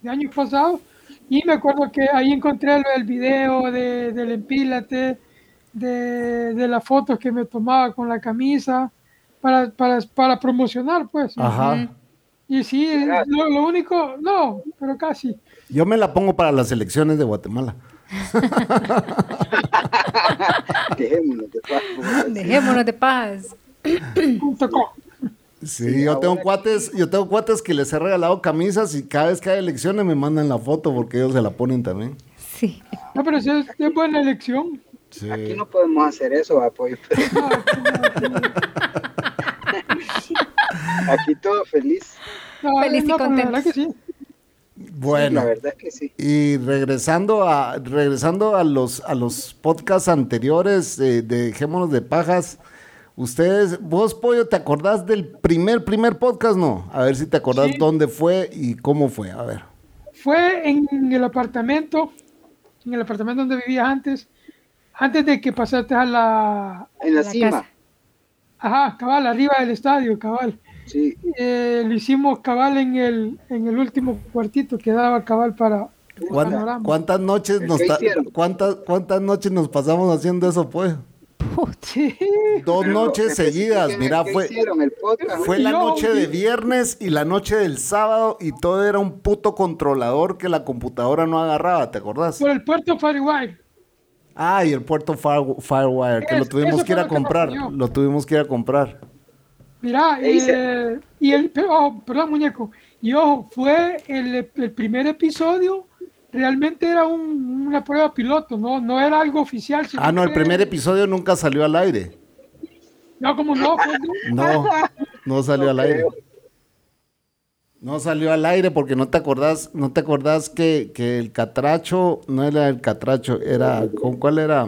C: de años pasados y me acuerdo que ahí encontré lo del video de, del empílate, de, de las fotos que me tomaba con la camisa para, para, para promocionar, pues.
A: Ajá.
C: Y sí,
D: Claro.
C: lo, lo único, no, pero casi.
A: Yo me la pongo para las elecciones de Guatemala.
D: Dejémonos de paz.
B: Dejémonos de paz.
C: Punto com.
A: Sí, yo tengo cuates, yo tengo cuates que les he regalado camisas y cada vez que hay elecciones me mandan la foto porque ellos se la ponen también.
B: Sí.
C: No, pero sí es, es buena elección.
A: Sí.
D: Aquí no podemos hacer eso, pues. apoyo. Aquí todo feliz.
C: No,
B: Feliz y
C: no, pero la
B: contentos.
C: verdad que sí.
A: Bueno.
D: La verdad es que sí.
A: Y regresando a regresando a los a los podcasts anteriores eh, de Dejémonos de Pajas, ustedes, vos Pollo, ¿te acordás del primer primer podcast? No, a ver si te acordás dónde fue y cómo fue, a ver.
C: Fue en el apartamento, en el apartamento donde vivías antes, antes de que pasaste a la,
D: En la,
B: La
D: cima.
B: casa.
C: Ajá, cabal, arriba del estadio, cabal.
D: Sí.
C: Eh, lo hicimos cabal en el, en el último cuartito que daba cabal para el
A: ¿Cuán-
C: panorama.
A: ¿Cuántas noches
D: ¿Qué
A: nos ta-
D: hicieron?
A: cuántas cuántas noches nos pasamos haciendo eso, Pollo?
C: Sí,
A: pues? Dos
D: Pero
A: noches
D: especifiquen
A: seguidas,
D: qué-
A: mira,
D: qué
A: fue-
D: hicieron el podcast.
A: Fue la
C: No,
A: noche de
C: sí.
A: viernes y la noche del sábado y todo era un puto controlador que la computadora no agarraba, ¿te acordás?
C: por el puerto Firewire.
A: Ah, y el puerto Fire- Firewire, que lo
C: Es-
A: tuvimos
C: eso
A: que ir
C: fue
A: a
C: lo que
A: comprar,
C: me falló.
A: lo tuvimos que ir a comprar.
C: Mira,
D: E hice-
C: eh, y el, pero, oh, perdón, muñeco, y ojo, fue el, el primer episodio, realmente era un- una prueba piloto, no, no era algo oficial. sino
A: Ah, no, el
C: que-
A: primer episodio nunca salió al aire.
C: No, como no, fue-
A: No, no salió al aire. No salió al aire porque no te acordás, no te acordás que, que el catracho, no era el catracho, era, ¿con cuál era?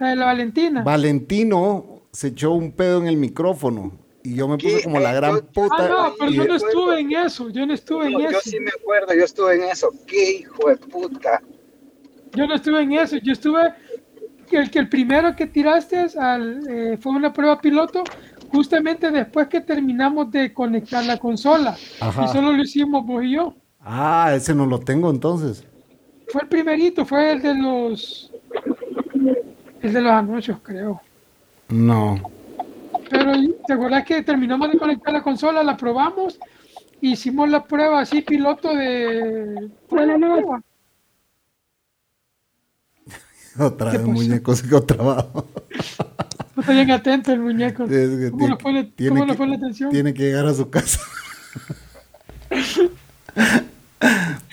C: la de la Valentina.
A: Valentino se echó un pedo en el micrófono y yo me puse
D: ¿Qué?
A: como la gran
D: Yo-
C: ah,
A: puta.
C: no, pero
A: y-
C: yo no
D: eh,
C: estuve en eso, yo no estuve en
D: No, yo
C: eso,
D: sí me acuerdo, yo estuve en eso. Qué hijo de puta.
C: yo no estuve en eso, yo estuve, el que el primero que tiraste al, eh, fue una prueba piloto, justamente después que terminamos de conectar la consola,
A: Ajá.
C: y solo lo hicimos vos y yo.
A: Ah, ese no lo tengo entonces.
C: Fue el primerito, fue el de los. El de los anuncios, creo.
A: No.
C: Pero te acuerdas que terminamos de conectar la consola, la probamos, hicimos la prueba así, piloto de. prueba, prueba.
A: Otra
C: ¿Qué
A: vez
C: pasó?
A: muñeco sigo trabajo.
C: No está bien atento el muñeco.
A: Es que
C: ¿Cómo
A: tie-
C: le pone,
A: tiene
C: cómo le
A: que-
C: pone atención?
A: Tiene que llegar a su casa.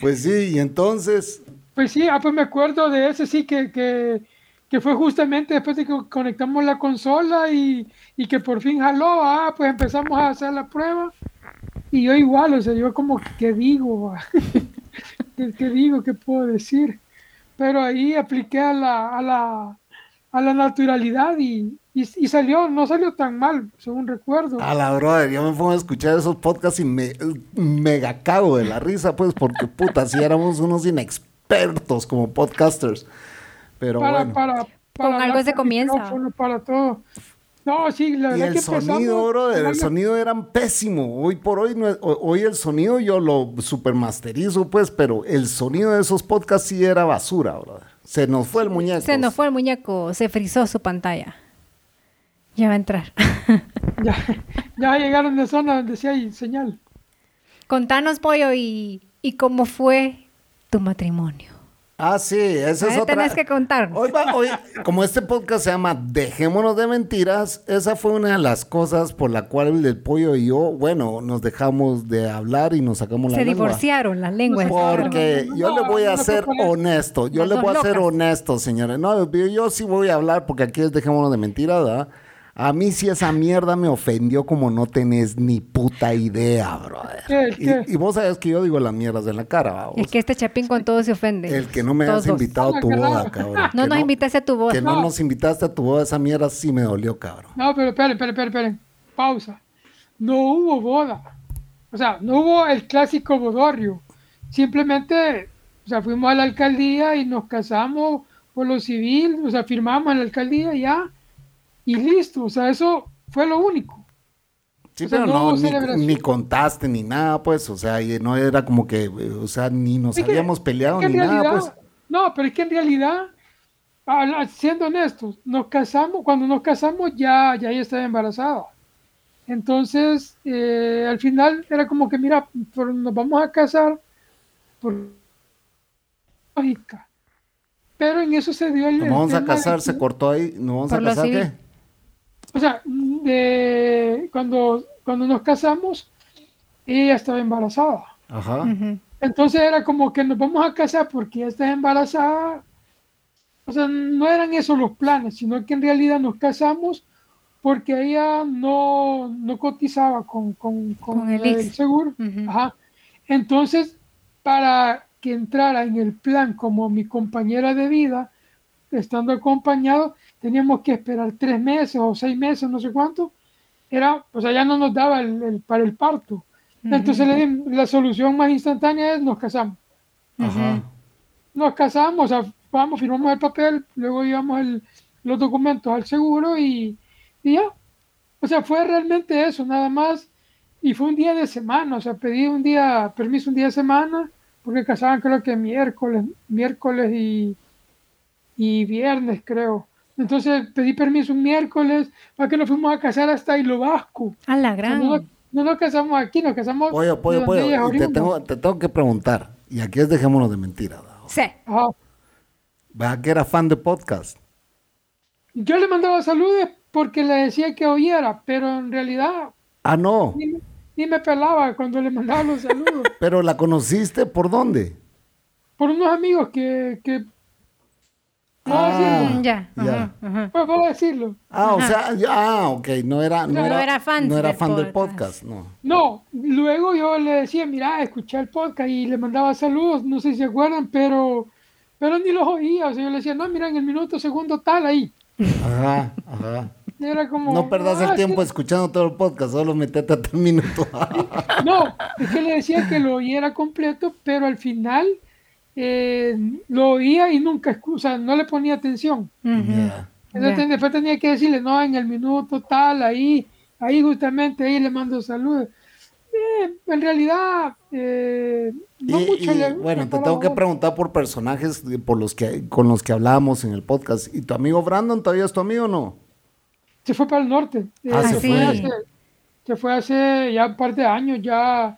A: pues sí, y entonces,
C: Pues sí, ah, pues me acuerdo de ese sí que, que, que fue justamente después de que conectamos la consola y, y que por fin jaló, ah, pues empezamos a hacer la prueba. Y yo igual, o sea, yo como, ¿qué digo? va? ¿Qué, qué digo? ¿Qué puedo decir? Pero ahí apliqué a la, a la, a la naturalidad y, y, y salió, no salió tan mal, según recuerdo.
A: a la brother, yo me pongo a escuchar esos podcasts y me mega cago de la risa, pues, porque puta, si éramos unos inexpertos como podcasters. Pero
C: para,
A: bueno.
C: para, para
B: algo
C: hablar
B: se
C: por
B: comienza.
C: micrófono, Para todo. No, sí, la
A: Y
C: verdad
A: el
C: que empezamos
A: sonido, brother, el
C: con algo-
A: sonido era pésimo. Hoy por hoy, no es- ho- hoy el sonido yo lo supermasterizo, pues, pero el sonido de esos podcasts sí era basura, brother. Se nos fue el muñeco.
B: Se nos fue el muñeco, se frizó su pantalla. Ya va a entrar.
C: Ya, ya llegaron de zona donde sí hay señal.
B: Contanos, Pollo, y, y cómo fue tu matrimonio.
A: Ah, sí, esa es
B: Ahí
A: otra.
B: tenés que contarnos.
A: Hoy va- hoy- como este podcast se llama Dejémonos de Mentiras, esa fue una de las cosas por la cual el pollo y yo, bueno, nos dejamos de hablar y nos sacamos la
B: Se
A: lengua.
B: divorciaron las lenguas.
A: Porque yo le voy a
C: No, no,
A: ser
C: no, no, no.
A: honesto, yo
B: Las
A: le
B: dos
A: voy a ser
B: locas.
A: honesto, señores. No, yo, yo sí voy a hablar porque aquí es dejémonos de mentiras, ¿verdad? A mí sí esa mierda me ofendió como no tenés ni puta idea, brother.
C: ¿Qué,
A: Y-
C: qué?
A: Y, vos sabés que yo digo las mierdas en la cara, ¿va?
B: Es que este chapín con todo se ofende.
A: El que no me has
B: Este, Todos.
A: invitado a tu
C: Ah, qué
A: boda,
C: raro.
A: cabrón.
B: No
A: Que
B: nos invitaste a tu boda.
A: Que no
C: No.
A: nos invitaste a tu boda, esa mierda sí me dolió, cabrón.
C: No, pero esperen, esperen, esperen, esperen. Pausa. No hubo boda. O sea, no hubo el clásico bodorrio. Simplemente, o sea, fuimos a la alcaldía y nos casamos por lo civil, o sea, firmamos en la alcaldía y ya. Y listo, o sea, eso fue lo único.
A: Sí,
C: O sea,
A: pero
C: no
A: no,
C: hubo
A: ni,
C: celebración.
A: ni contaste ni nada, pues, o sea, y no era como que, eh, o sea, ni nos
C: Es que-
A: habíamos peleado
C: es que en
A: ni nada,
C: realidad-
A: pues.
C: No, pero es que en realidad, habla- siendo honestos, nos casamos, cuando nos casamos ya, ya ella estaba embarazada. Entonces, eh, al final era como que, mira, por- nos vamos a casar por lógica. Pero en eso se dio el.
A: Nos
C: el
A: vamos a
C: tema de
A: casar,
C: que-
A: se cortó ahí. ¿Nos vamos
B: Por
A: a
B: lo
A: casar
B: civil.
A: qué?
C: O sea, de- cuando, cuando nos casamos, ella estaba embarazada.
A: Ajá.
B: Ujú.
C: Entonces era como que nos vamos a casar porque ya estás embarazada. O sea, no eran esos los planes, sino que en realidad nos casamos porque ella no, no cotizaba con, con- con
B: Con el
C: la del
B: ICS.
C: seguro.
B: Ujú.
C: Ajá. Entonces, para que entrara en el plan como mi compañera de vida, estando acompañado, teníamos que esperar tres meses o seis meses, no sé cuánto. Era, o sea, ya no nos daba el, el- para el parto. Ah, Entonces le di- la solución más instantánea es nos casamos.
A: Ajá.
C: Nos casamos, o sea, vamos, firmamos el papel, luego llevamos el- los documentos al seguro y, y ya. O sea, fue realmente eso, nada más. Y fue un día de semana, o sea, pedí un día, permiso un día de semana, porque casaban creo que miércoles, miércoles y, y viernes, creo. Entonces pedí permiso un miércoles para que nos fuimos a casar hasta Hilo Vasco.
B: A la
C: O sea, No,
B: gran.
C: no nos casamos aquí, nos casamos.
A: Pollo, pollo,
C: donde
A: pollo.
C: ellas
A: y Te
C: oriundas.
A: tengo, te tengo que preguntar. Y aquí es dejémonos de mentira. ¿va?
B: Sí.
C: Ajá.
A: ¿Verdad que era fan de podcast?
C: Yo le mandaba saludos porque le decía que oyera, pero en realidad
A: Ah, no.
C: ni, me- ni me pelaba cuando le mandaba los saludos.
A: Pero la conociste por dónde?
C: Por unos amigos que, que puedo
A: Ah.
C: decirlo,
B: Ya.
A: Ya.
B: ajá, ajá.
C: pues, puedo decirlo.
A: Ah, o sea, ya- ah, ok, no era, no,
B: No, no
A: era,
B: era fan
A: no era
B: del
A: fan del podcast,
B: podcast.
A: no.
C: No, luego yo le decía, mira, escuché el podcast y le mandaba saludos, no sé si se acuerdan, pero, pero ni los oía. O sea, yo le decía, no, mira, en el minuto segundo tal ahí.
A: Ajá, ajá.
C: Era como.
A: No perdas
C: "Ah,
A: el
C: sí".
A: tiempo escuchando todo el podcast, solo metete a tal minuto.
C: No, es que le decía que lo oyera completo, pero al final eh, lo oía y nunca, escu- o sea, no le ponía atención.
A: Ya.
C: Entonces
B: Ya.
C: después tenía que decirle, no, en el minuto tal, ahí, ahí justamente, ahí le mando saludos. Eh, en realidad, eh, no
A: Y-
C: mucho
A: y,
C: le
A: bueno, te
C: para
A: tengo que
C: vos.
A: preguntar por personajes de- por los que, con los que hablábamos en el podcast. ¿Y tu amigo Brandon todavía es tu amigo o no?
C: Se fue para el norte. Eh,
A: Ah,
B: se fue.
C: hace, se fue hace ya un par de años, ya.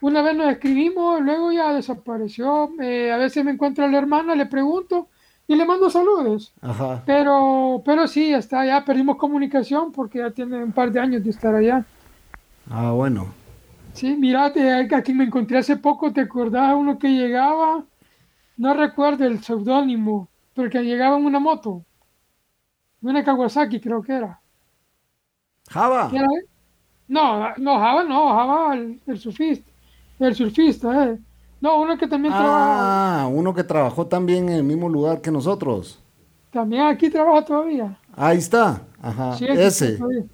C: Una vez nos escribimos, luego ya desapareció. Eh, a veces me encuentro a la hermana, le pregunto y le mando saludos.
A: Ajá.
C: Pero, pero sí, está ya perdimos comunicación porque ya tiene un par de años de estar allá.
A: Ah, bueno.
C: Sí, mira, te- a quien me encontré hace poco, ¿te acordás uno que llegaba? No recuerdo el seudónimo, pero que llegaba en una moto. Una Kawasaki creo que era.
A: Java.
C: ¿Qué era él? No, no, Java no, Java el, el surfista. El surfista, eh. No, uno que también trabaja,
A: Ah, uno que trabajó también en el mismo lugar que nosotros.
C: también aquí trabaja todavía.
A: Ahí está. Ajá.
C: Sí, aquí
A: Ah, Ese.
C: todavía.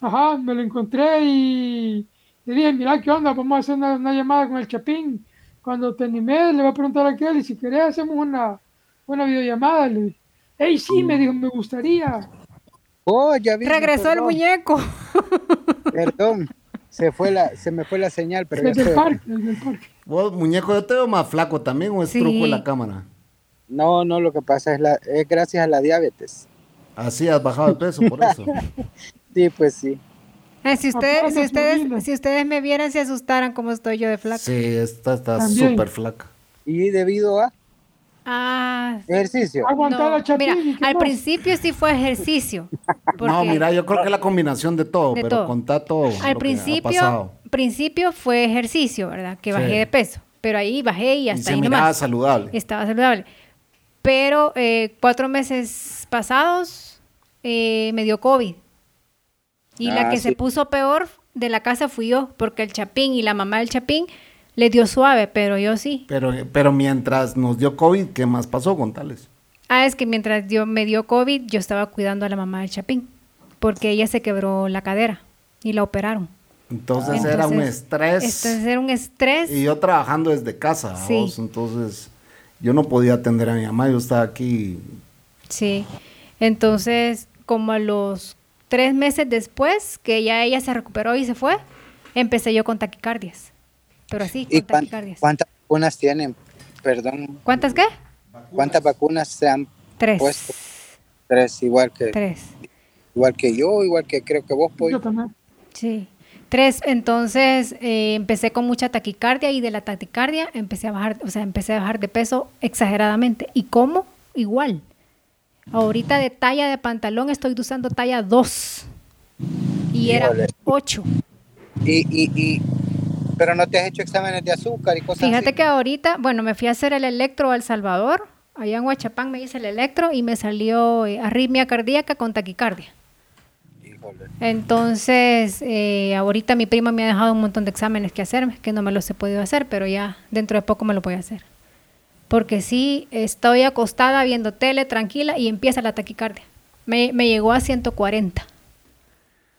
C: Ajá, me lo encontré y le dije, mira, ¿qué onda? Vamos a hacer una, una llamada con el Chapín. Cuando te animé, le voy a preguntar a aquel y si querés hacemos una, una videollamada. Le dije, hey, sí,
B: Mm.
C: me dijo, me gustaría.
D: Oh, ya vi, me
B: Regresó el
D: acordó.
B: muñeco.
D: Perdón, se, fue la, se me fue la señal, pero ya
C: Desde el
D: estoy.
C: parque, desde el parque.
A: Vos, muñeco, yo te veo más flaco también o es
B: Sí.
A: truco de la cámara.
D: No, no, lo que pasa es, la, es gracias a la diabetes.
A: Así has bajado de peso, por eso.
D: Sí, pues sí.
B: Ay, Eh, si, ustedes-
C: Apenas
B: si,
C: dormimos.
B: ustedes, si ustedes me vieran, se asustaran como estoy yo de flaca.
A: Sí, esta está
C: También.
A: súper flaca.
D: Y debido a
B: Ah,
D: ejercicio.
C: Aguantar
B: no.
C: a Chapín.
B: Mira,
C: ¿y qué
B: al
C: más?
B: principio sí fue ejercicio.
A: No,
B: porque
A: mira, yo creo que la combinación de todo,
B: De
A: pero
B: todo.
A: contá todo.
B: Al
A: lo que ha
B: principio,
A: pasado.
B: principio fue ejercicio, ¿verdad? Que
A: Sí.
B: bajé de peso. Pero ahí bajé y
A: Y,
B: hasta
A: se
B: ahí
A: miraba
B: nomás.
A: saludable.
B: Estaba saludable. Pero eh, cuatro meses pasados eh, me dio COVID. Y la
D: Ah,
B: que se
D: sí.
B: puso peor de la casa fui yo, porque el chapín y la mamá del chapín le dio suave, pero yo sí.
A: Pero, pero mientras nos dio COVID, ¿qué más pasó con tales?
B: Ah, es que mientras yo me dio COVID, yo estaba cuidando a la mamá del chapín, porque ella se quebró la cadera y la operaron.
A: Entonces era un
B: Entonces,
A: estrés.
B: Entonces era un estrés.
A: Y yo trabajando desde casa,
B: Sí.
A: vos, entonces yo no podía atender a mi mamá, yo estaba aquí.
B: Sí. Entonces, como a los tres meses después, que ya ella se recuperó y se fue, empecé yo con taquicardias. Pero así,
D: ¿Y
B: con
D: cuán-
B: taquicardias.
D: cuántas vacunas tienen? Perdón,
B: ¿Cuántas qué?
D: ¿cuántas vacunas se han
B: Tres.
D: puesto? Tres, igual que,
B: Tres.
D: igual que yo, igual que creo que vos, pues. Pollo.
C: Yo también.
B: Sí. Tres. Entonces, eh, empecé con mucha taquicardia y de la taquicardia empecé a bajar, o sea, empecé a bajar de peso exageradamente. ¿Y cómo? Igual. Ahorita de talla de pantalón estoy usando talla 2. Y era
D: Híjole.
B: 8.
D: Y, y, y, pero no te has hecho exámenes de azúcar y cosas
B: Fíjate
D: así.
B: que ahorita, bueno, me fui a hacer el electro a El Salvador, allá en Huachapán me hice el electro y me salió eh, arritmia cardíaca con taquicardia.
D: Híjole.
B: Entonces, eh, ahorita mi prima me ha dejado un montón de exámenes que hacerme, que no me los he podido hacer, pero ya dentro de poco me lo voy a hacer. Porque sí, estoy acostada viendo tele tranquila y empieza la taquicardia. Me, me llegó a 140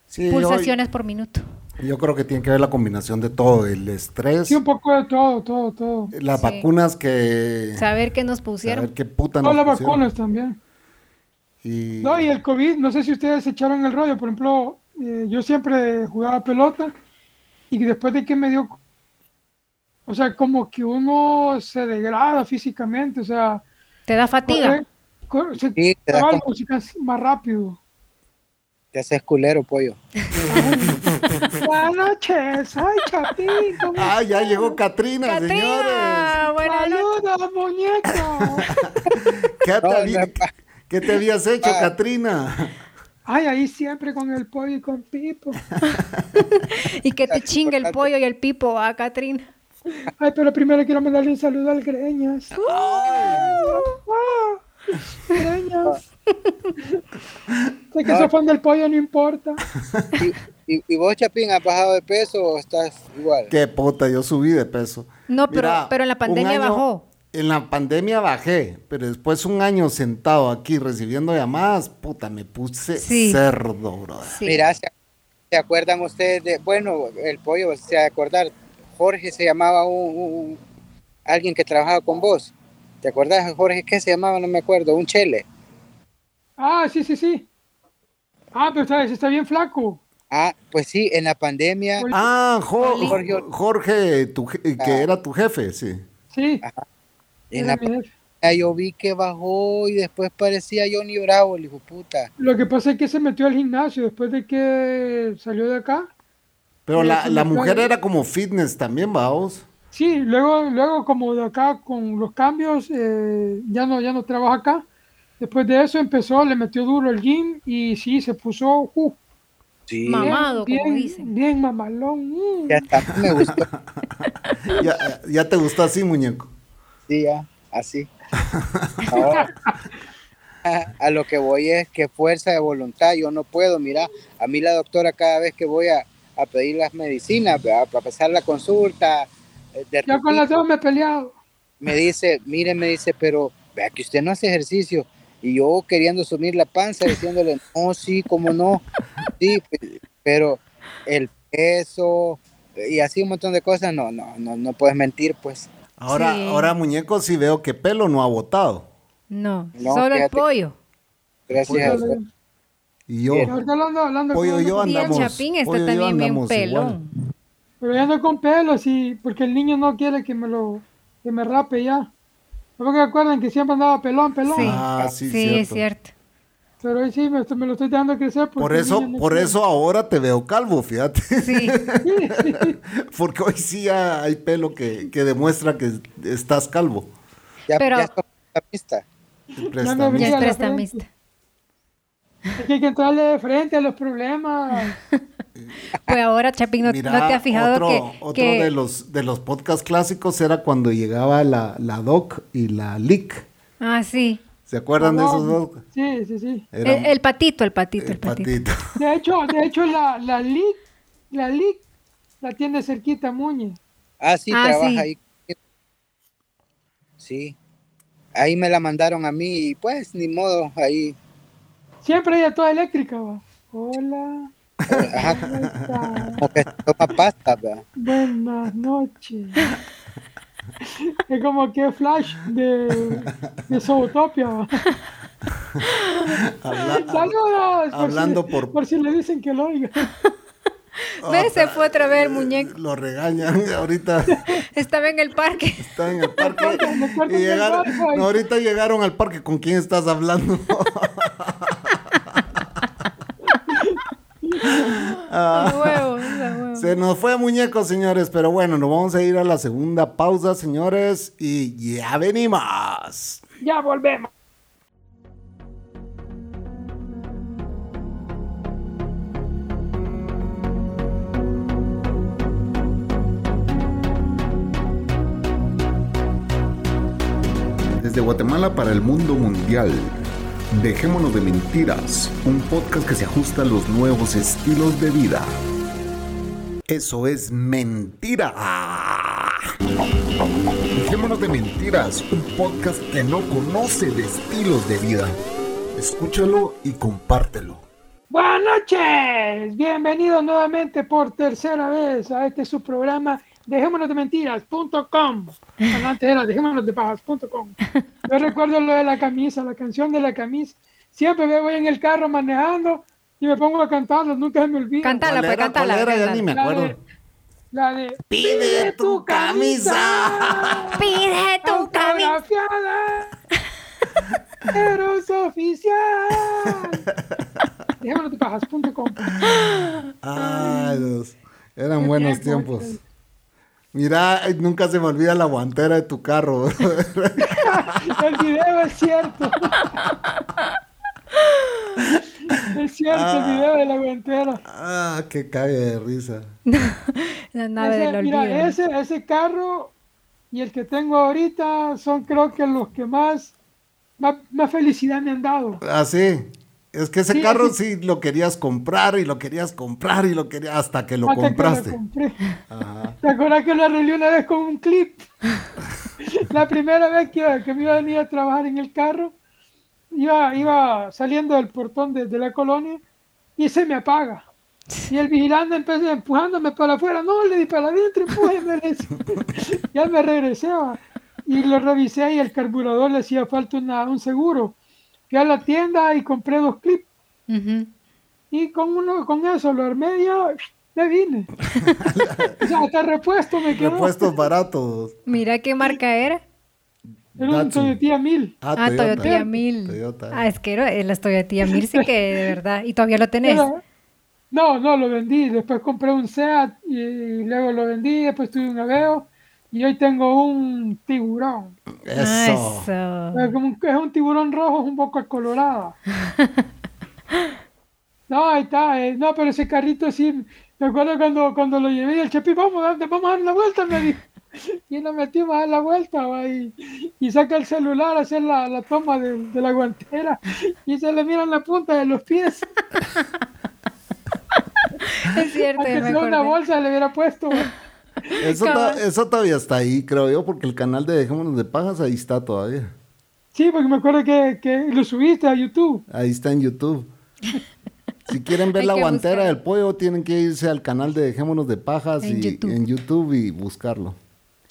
A: Sí, yo-
B: pulsaciones por minuto.
A: Yo, creo que tiene que ver la combinación de todo, el estrés,
C: Sí, un poco de todo, todo, todo.
A: las
B: Sí.
A: vacunas que...
B: Saber qué nos pusieron.
A: saber qué puta nos
C: Todas las
A: pusieron.
C: vacunas también.
A: Y,
C: No, y el COVID, no sé si ustedes se echaron el rollo, por ejemplo, eh, yo siempre jugaba pelota y después de que me dio, o sea, como que uno se degrada físicamente, o sea,
B: Te da fatiga.
C: corre- corres, cor- se
D: Sí, te das
C: trabaja
D: cuenta.
C: músicas más rápido.
D: Te haces culero, pollo.
C: Buenas noches, soy Chapín. ¿cómo
A: Ah, ya llegó Katrina, señores.
B: Catrina, buenas noches.
C: ¡Saludos, muñeca!
A: ¿Qué te,
D: No,
A: habí-
D: no, pa-
A: qué te habías hecho,
C: Ah.
D: pa-
A: Katrina?
C: Ay, ahí siempre con el pollo y con Pipo.
B: Y que te chingue el
D: importante.
B: pollo y el pipo, ah, a Catrina.
C: Ay, pero primero quiero mandarle un saludo al Greñas.
D: ¡Oh!
C: Ah, Greñas. De
D: Ah.
C: que se fan del pollo no importa.
D: ¿Y, y, y vos, Chapín, has bajado de peso o estás igual?
A: Qué puta, yo subí de peso.
B: No, pero- pero en la
A: un
B: pandemia
A: año-
B: bajó.
A: En la pandemia bajé, pero después un año sentado aquí recibiendo llamadas, puta, me puse
B: Sí.
A: cerdo, brother.
B: Sí.
D: Mira, ¿se, se acuerdan ustedes de, bueno, el pollo, se acordar, Jorge se llamaba un, un- alguien que trabajaba con vos. ¿Te acordás, Jorge? ¿Qué se llamaba? No me acuerdo, un chele.
C: Ah, sí, sí, sí. Ah, pero está, está bien flaco.
D: Ah, pues sí, en la pandemia,
A: Ah, Jo-
D: Jorge.
A: Jorge, tu je- eh, que
D: Ah.
A: era tu jefe, sí.
C: Sí. Eh,
D: en
C: era
D: la
C: mi jefe.
D: pandemia yo vi que bajó y después parecía Johnny Bravo, el hijo puta.
C: Lo que pasa es que se metió al gimnasio después de que salió de acá.
A: Pero
C: Sí,
A: la,
C: sí,
A: la
C: me
A: mujer
C: acuerdo.
A: era como fitness también, vamos.
C: Sí, luego, luego como de acá con los cambios, eh, ya no, ya no trabaja acá. Después de eso empezó, le metió duro el gym y sí, se puso uh,
D: Sí.
B: Ma-
C: bien,
B: Mamado, como
C: bien,
B: dicen.
C: bien mamalón. mm.
D: Ya está, me gustó.
A: Ya, ya te gustó así, muñeco.
D: Sí, ya, así. Ahora, a, a lo que voy es que fuerza de voluntad, yo no puedo, mira, a mí la doctora cada vez que voy a, a pedir las medicinas, ¿verdad? para pasar la consulta, eh, de
C: Ya con
D: repente
C: las dos me he peleado.
D: me dice, mire, me dice, pero vea que usted no hace ejercicio. Y yo queriendo sumir la panza, diciéndole, no, sí, cómo no, sí, pe- pero el peso y así un montón de cosas, no, no, no, no puedes mentir, pues.
A: Ahora,
B: Sí.
A: ahora muñeco sí veo que pelo no ha botado.
B: No,
D: No,
B: solo el
D: fíjate.
B: pollo.
D: Gracias. a Dios.
A: Y yo,
D: Sí,
C: Ahorita hablando, hablando
A: Pollo,
C: con-
A: yo
B: Y el
A: andamos-
B: chapín
A: pollo
B: está
A: y yo
B: también bien
A: andamos
B: pelón.
C: Pero ya no con pelo, sí, porque el niño no quiere que me lo que me rape ya. No me acuerdan que siempre andaba pelón, pelón.
B: Sí,
A: Ah, sí,
B: sí,
A: cierto.
B: es cierto.
C: Pero hoy sí me, estoy- me lo estoy dejando crecer. porque
A: por
C: el
A: eso,
C: niño no
A: por
C: quiere.
A: eso ahora te veo calvo, fíjate.
B: Sí,
A: Porque hoy sí ya hay pelo que, que demuestra que estás calvo.
D: Ya,
B: Pero-
D: ya estamos en la pista.
A: Préstame.
B: ya
C: Mira
B: es
C: la
B: prestamista.
C: Es que hay que entrarle de frente a los problemas.
B: Pues ahora, Chapín, ¿no,
A: Mira,
B: no te has fijado
A: otro,
B: que,
A: otro
B: que-
A: de los de los podcasts clásicos era cuando llegaba la, la Doc y la Lick.
B: Ah, sí.
A: ¿Se acuerdan de
C: No,
A: esos dos?
C: Sí, sí, sí.
B: El,
A: Era
B: el patito, el patito, el,
A: el
B: patito.
A: patito.
C: De hecho, de hecho la, la LIC, la LIC la tiene cerquita Muñe.
D: Ah, sí,
B: Ah,
D: trabaja
B: sí.
D: ahí. Sí. Ahí me la mandaron a mí y pues ni modo, ahí.
C: Siempre ella toda eléctrica, va. Hola,
D: eh, Ajá,
C: ¿cómo estás?
D: como que toma pasta, ¿verdad?
C: Buenas noches. Es como que Flash de, de Zootopia. va.
A: Habla-
C: Saludos. si-
A: hablando por-
C: por si le dicen que lo oiga.
B: Ve, se fue otra vez el muñeco.
A: lo regañan ahorita.
B: Estaba en el parque.
A: Está en el parque.
C: me cortan
A: y
C: el
A: llegaron-
C: wifi.
A: no, ahorita llegaron al parque. ¿Con quién estás hablando?
B: A huevo, a huevo.
A: Se nos fue muñeco, señores. Pero bueno, nos vamos a ir a la segunda pausa, señores. Y ya venimos.
C: Ya volvemos.
F: Desde Guatemala para el mundo mundial. Dejémonos de mentiras, un podcast que se ajusta a los nuevos estilos de vida.
A: Eso es mentira.
F: Dejémonos de mentiras, un podcast que no conoce de estilos de vida. Escúchalo y compártelo.
C: Buenas noches, bienvenidos nuevamente por tercera vez a este su programa Dejémonos de Mentiras.com. Bueno, Antes era Dejémonos de Pajas.com. Yo recuerdo lo de la camisa, la canción de la camisa. Siempre me voy en el carro manejando y me pongo a cantarla, nunca se me olvida.
B: Cántala,
A: ¿Cuál
B: pues,
A: era?
B: cántala,
A: ¿Cuál era? Ya
B: cántala.
A: ni me acuerdo.
C: Dale. La de
A: Pide tu camisa.
B: Pide tu camisa.
C: autografiada. Pero es oficial. Dejémonos de pajas, punto com.
A: Ay, Dios. Eran
C: Qué
A: buenos
C: tiempos.
A: tiempos. Mira, ay, nunca se me olvida la guantera de tu carro. brother.
C: El video es cierto. Es cierto, el video de la guantera.
A: ah, que cague de risa.
B: La nave
C: Ese-
B: del olvido.
C: mira, ese, ese carro y el que tengo ahorita son creo que los que más, más, más felicidad me han dado.
A: Así. Ah, Es que ese
C: Sí,
A: carro
C: sí.
A: sí lo querías comprar y lo querías comprar y lo querías hasta que lo
C: Hasta que
A: compraste.
C: compré.
A: Ajá.
C: ¿Te acuerdas que lo arreglé una vez con un clip? La primera vez que, que me iba a venir a trabajar en el carro, iba, iba saliendo del portón de, de la colonia y se me apaga. Y el vigilante empezó empujándome para afuera. No, le di para adentro, empújeme. le decía. ya me regresé. va. Y lo revisé y el carburador le hacía falta una- un seguro. Fui a la tienda y compré dos clips.
B: Ujú.
C: Y con uno, con eso lo armé y ya me vine. o sea, hasta repuesto me quedó.
A: Repuestos baratos.
B: Mira qué marca era.
C: Era un
A: Datsun.
C: Toyota 1000.
B: Ah, Toyota
A: Toyota.
B: 1000.
A: Toyota.
B: Ah, es que era, eh, las Toyota 1000 sí que de verdad. Y todavía lo tenés.
C: Era- No, no, lo vendí. Después compré un Seat y luego lo vendí. Después tuve un Aveo y hoy tengo un tiburón.
B: Ah,
A: Eso.
C: Es, como un, es un tiburón rojo, es un poco colorado. No, ahí está. eh, no, pero ese carrito sí. Me acuerdo cuando, cuando lo llevé y el Chepi, vamos, date, vamos a dar una vuelta, me dijo. Y nos metimos a dar la vuelta va, y, y saca el celular a hacer la, la toma de, de la guantera y se le miran la punta de los pies.
B: Este Es cierto,
C: Aunque
B: ya me
C: sea una
B: acordé.
C: bolsa le hubiera puesto. va.
A: Eso, ta-
B: Cabal.
A: eso todavía está ahí, creo yo, porque el canal de Dejémonos de Pajas ahí está todavía.
C: Sí, porque me acuerdo que, que lo subiste a YouTube.
A: Ahí está en YouTube. Si quieren ver
B: Hay
A: la
B: que
A: guantera
B: buscar.
A: del pollo, tienen que irse al canal de Dejémonos de Pajas
B: En
A: y,
B: YouTube.
A: en YouTube y buscarlo.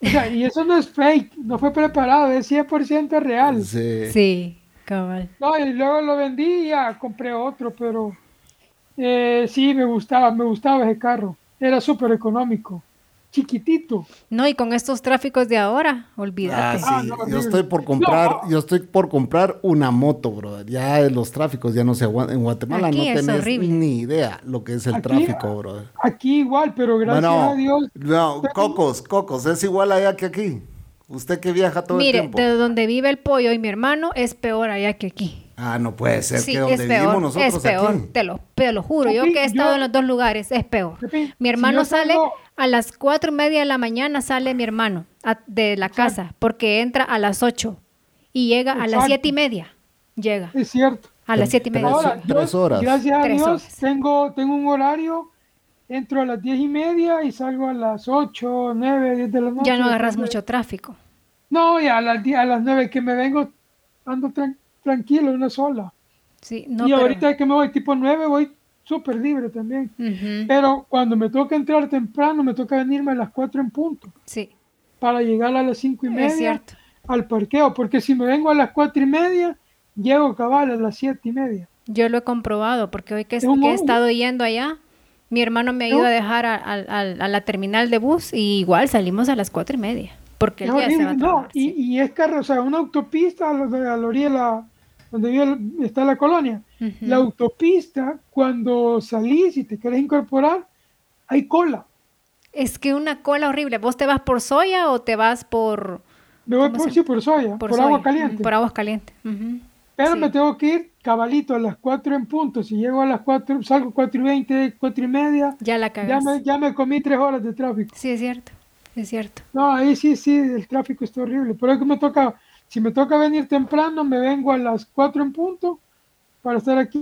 C: O sea, y eso no es fake, no fue preparado, es 100% real.
A: Sí.
B: Sí, cabal.
C: No, y luego lo vendí y ya compré otro, pero eh, sí, me gustaba, me gustaba ese carro. Era súper económico, chiquitito.
B: No, y con estos tráficos de ahora,
A: Ah,
B: olvídate.
A: sí.
C: Ah, no,
A: yo
C: horrible.
A: estoy por comprar, yo estoy por comprar una moto, brother. Ya en los tráficos ya no se aguantan. En Guatemala
B: Aquí
A: no
B: es
A: tenés
B: horrible.
A: ni idea lo que es el
C: Aquí-
A: tráfico, brother.
C: Aquí igual, pero gracias
A: Bueno,
C: a Dios.
A: no, cocos, cocos, es igual allá que aquí. Usted que viaja todo el
B: Mire,
A: tiempo.
B: de donde vive el pollo y mi hermano es peor allá que aquí.
A: Ah, no puede ser
B: Sí,
A: que donde
B: es
A: vivimos
B: peor,
A: nosotros
B: es peor,
A: aquí.
B: te lo, te lo juro. Yo
C: Pepi,
B: que he estado
C: yo-
B: en los dos lugares, es peor.
C: Pepi,
B: Mi
C: si
B: hermano
C: yo
B: sale
C: salgo-
B: a las cuatro y media de la mañana, sale mi hermano a- de la casa, porque entra a las ocho y llega a las
C: Exacto.
B: siete y media. Llega
C: Es cierto.
B: a las siete y media.
A: Ahora,
B: sale.
A: yo- Tres horas.
C: Gracias a
B: Tres
C: Dios,
B: horas.
C: Tengo, tengo un horario, entro a las diez y media y salgo a las 8, 9, 10 de la noche.
B: ya no agarras
C: depende.
B: mucho tráfico.
C: No, y a las, 10, a las 9 que me vengo, ando tran- tranquilo, una sola.
B: Sí, no,
C: y
B: pero-
C: ahorita que me voy tipo 9, voy súper libre también.
B: Ujú,
C: Pero cuando me toca entrar temprano, me toca venirme a las 4 en punto
B: sí,
C: para llegar a las 5 y
B: Es
C: media
B: cierto.
C: al parqueo, porque si me vengo a las 4 y media, llego cabal a las 7 y media.
B: yo lo he comprobado, porque hoy que,
C: Es un
B: que he
C: hongo.
B: estado yendo allá, mi hermano me ha ido
C: ¿No?
B: a dejar a, a- a- a la terminal de bus y igual salimos a las cuatro y media, porque él
C: Es
B: ya se va a
C: horrible, no,
B: trabajar,
C: y,
B: sí.
C: y es carro, o sea, una autopista a la, a la orilla de la- donde vive el- está la colonia.
B: Ujú.
C: La autopista, cuando salís y te querés incorporar, hay cola.
B: Es que una cola horrible. ¿Vos te vas por soya o te vas por,
C: Me voy
B: ¿Cómo
C: por,
B: se-
C: sí, por soya, por,
B: soya?
C: agua
B: Mm,
C: caliente.
B: Por aguas calientes. Ujú.
C: Pero
B: sí.
C: me tengo que ir cabalito a las 4 en punto. Si llego a las 4, salgo 4 y 20, 4 y media,
B: Ya la cagas.
C: ya me, ya me comí 3 horas de tráfico.
B: Sí, es cierto. Es cierto.
C: No, ahí sí, sí, el tráfico está horrible. Por eso que me toca, si me toca venir temprano, me vengo a las 4 en punto para estar aquí.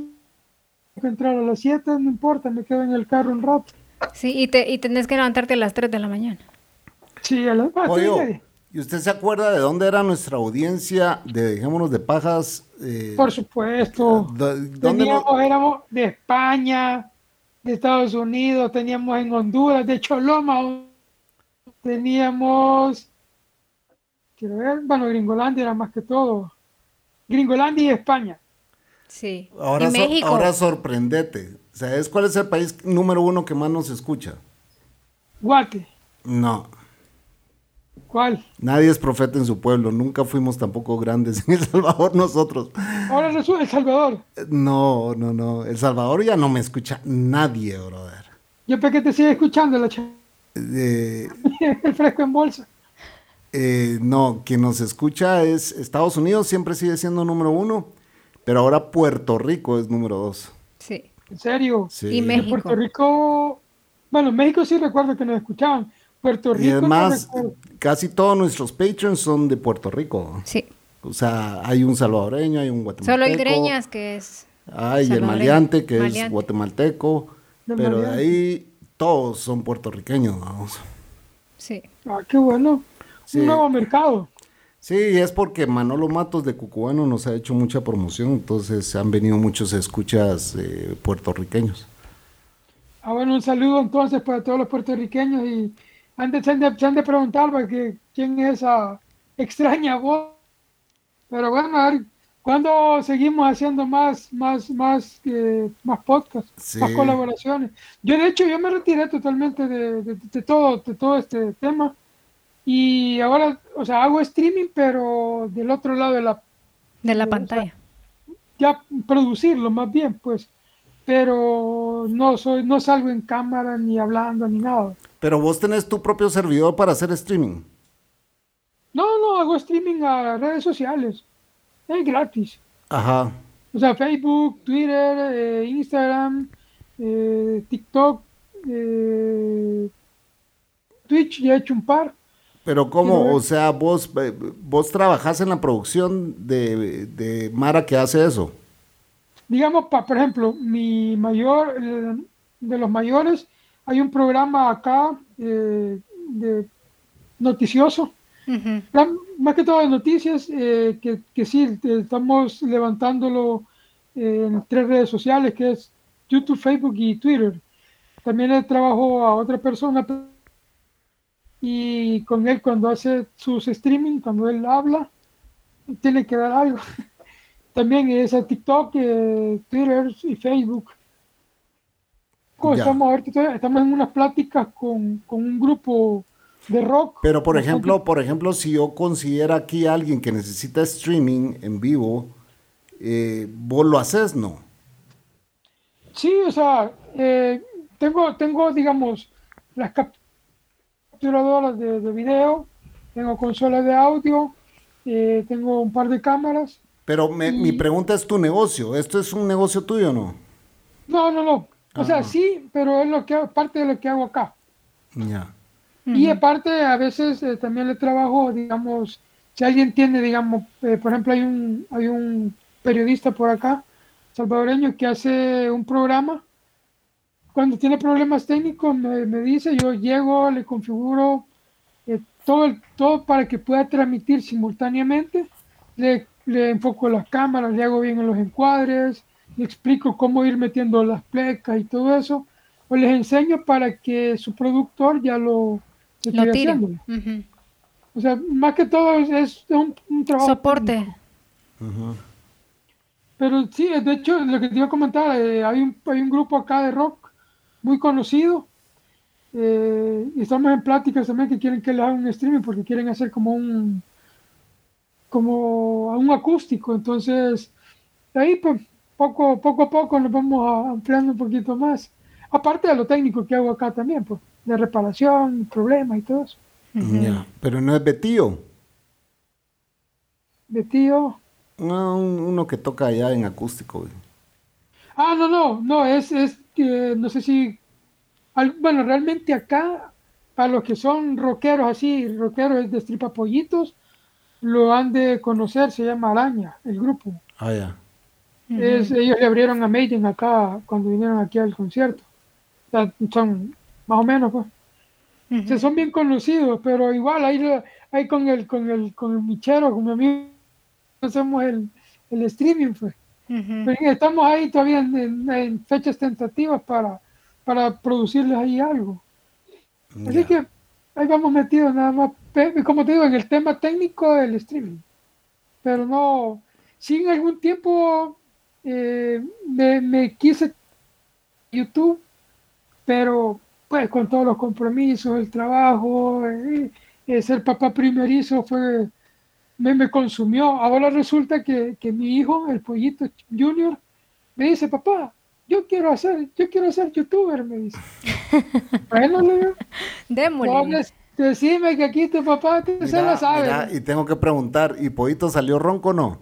C: Tengo que entrar a las 7, no importa, me quedo en el carro un rato.
B: Sí, y, te, y tenés que levantarte a las 3 de la mañana.
C: Ah, Sí, a las 4 y
A: Pollo,
C: media.
A: ¿y usted se acuerda de dónde era nuestra audiencia de Dejémonos de Pajas? Eh,
C: Por supuesto.
A: ¿dó- ¿Dónde no-
C: Teníamos, éramos de España, de Estados Unidos, teníamos en Honduras, de Choloma, teníamos, quiero ver, bueno, Gringolandia era más que todo. Gringolandia y España.
B: Sí.
A: Ahora,
B: y
A: so-
B: México.
A: ahora sorprendete. ¿Sabes cuál es el país número uno que más nos escucha?
C: Guate.
A: No.
C: ¿Cuál?
A: Nadie es profeta en su pueblo, nunca fuimos tampoco grandes en El Salvador nosotros.
C: Ahora resulta El Salvador.
A: No, no, no. El Salvador ya no me escucha nadie, brother.
C: Yo pensé que te sigue escuchando la ch-
A: Eh,
C: el fresco en bolsa.
A: eh, no, quien nos escucha es Estados Unidos, siempre sigue siendo número uno, pero ahora Puerto Rico es número dos.
B: Sí.
C: En serio.
A: Sí.
B: Y México.
C: Puerto Rico. Bueno, México sí recuerdo que nos escuchaban. Puerto
A: Y
C: Rico. no
A: además,
C: recuerdo.
A: casi todos nuestros patrons son de Puerto Rico.
B: Sí.
A: O sea, hay un salvadoreño, hay un guatemalteco.
B: Solo el Greñas, que es.
A: Hay el
B: salvadoreño.
A: maleante, que es
B: Maleante.
A: guatemalteco.
C: Del
A: Pero de
C: Maleante.
A: ahí todos son puertorriqueños, vamos.
B: Sí.
C: Ah, qué bueno.
A: Sí.
C: Un nuevo mercado.
A: Sí, es porque Manolo Matos de Cucubano nos ha hecho mucha promoción, entonces han venido muchos escuchas eh, puertorriqueños.
C: Ah, bueno, un saludo entonces para todos los puertorriqueños y antes se han de, se han de preguntar porque, quién es esa extraña voz. Pero bueno, a ver, ¿cuándo seguimos haciendo más, más, más, eh, más podcasts,
A: Sí.
C: más colaboraciones? Yo de hecho yo me retiré totalmente de, de- de todo, de todo este tema y ahora, o sea, hago streaming pero del otro lado de la
B: De la pantalla.
C: ya producirlo más bien, pues. Pero no soy, no salgo en cámara ni hablando ni nada.
A: Pero vos tenés tu propio servidor para hacer streaming.
C: No, no, hago streaming a redes sociales. Es gratis.
A: Ajá.
C: O sea, Facebook, Twitter, eh, Instagram, eh, TikTok, eh, Twitch, ya he hecho un par.
A: Pero
C: Quiero
A: ¿cómo?
C: ver.
A: O sea, vos, eh, vos trabajás en la producción de, de Mara que hace eso.
C: digamos, pa- por ejemplo, mi mayor, eh, de los mayores, hay un programa acá eh, de noticioso,
B: Ujú.
C: la- más que todo de noticias, eh, que, que sí, te- estamos levantándolo eh, en tres redes sociales, que es YouTube, Facebook y Twitter. También le trabajo a otra persona pe- y con él cuando hace sus streaming, cuando él habla, tiene que dar algo. También es a TikTok, eh, Twitter y Facebook. Co-
A: Ya.
C: Estamos, ahorita todavía- estamos en unas pláticas con, con un grupo de rock.
A: Pero por
C: Bastante
A: ejemplo, por ejemplo, si yo considero aquí a alguien que necesita streaming en vivo, eh, vos lo haces, ¿no?
C: Sí, o sea, eh, tengo, tengo, digamos, las cap- capturadoras de, de video, tengo consolas de audio, eh, tengo un par de cámaras.
A: Pero me- mi pregunta es tu negocio. ¿Esto es un negocio tuyo o no?
C: No, no, no. O sea, sí, pero es lo que parte de lo que hago acá.
A: Ya.
C: Y aparte, a veces eh, también le trabajo, digamos, si alguien tiene, digamos, eh, por ejemplo, hay un, hay un periodista por acá, salvadoreño, que hace un programa. Cuando tiene problemas técnicos, me, me dice, yo llego, le configuro eh, todo, el- todo para que pueda transmitir simultáneamente. Le, le enfoco las cámaras, le hago bien los encuadres, le explico cómo ir metiendo las plecas y todo eso. O les enseño para que su productor ya lo, lo
B: Lo
C: estoy
B: tiro.
C: haciendo. O sea, más que todo es, es un, un trabajo.
B: Soporte.
C: Pero sí, de hecho, lo que te iba a comentar, eh, hay, un, hay un grupo acá de rock muy conocido. eh, y estamos en pláticas también que quieren que le hagan un streaming porque quieren hacer como un como un acústico. Entonces, de ahí pues, poco, poco a poco nos vamos a- ampliando un poquito más. Aparte de lo técnico que hago acá también, pues, de reparación, problemas y todo eso.
A: Ya, Pero no es Betío.
C: De tío.
A: No, un- uno que toca allá en acústico. güey.
C: Ah, no, no, no, es, es que no sé si. al- bueno, realmente acá, para los que son rockeros así, rockeros de estripapollitos, lo han de conocer, se llama Araña, el grupo.
A: Ah, ya.
C: Es, ellos le abrieron a Maiden acá cuando vinieron aquí al concierto. O sea, son más o menos, pues. O sea, son bien conocidos, pero igual ahí, lo- ahí con el con el con el michero, con mi amigo, hacemos el, el streaming, pues.
B: Ujú.
C: Pero Estamos ahí todavía en, en- en fechas tentativas para, para producirles ahí algo. Así que ahí vamos metidos nada más, pe- como te digo, en el tema técnico del streaming. Pero no, sí en algún tiempo eh, me, me quise YouTube, pero pues con todos los compromisos, el trabajo, eh, eh, ser papá primerizo fue, me, me consumió. Ahora resulta que, que mi hijo, el pollito junior, me dice, papá, yo quiero hacer, yo quiero ser youtuber, me dice. bueno, le digo,
B: Démosle.
C: "No hables, decime que aquí tu papá te, se la Pues sabe.
A: mira, y tengo que preguntar, ¿y Pollito salió ronco o no?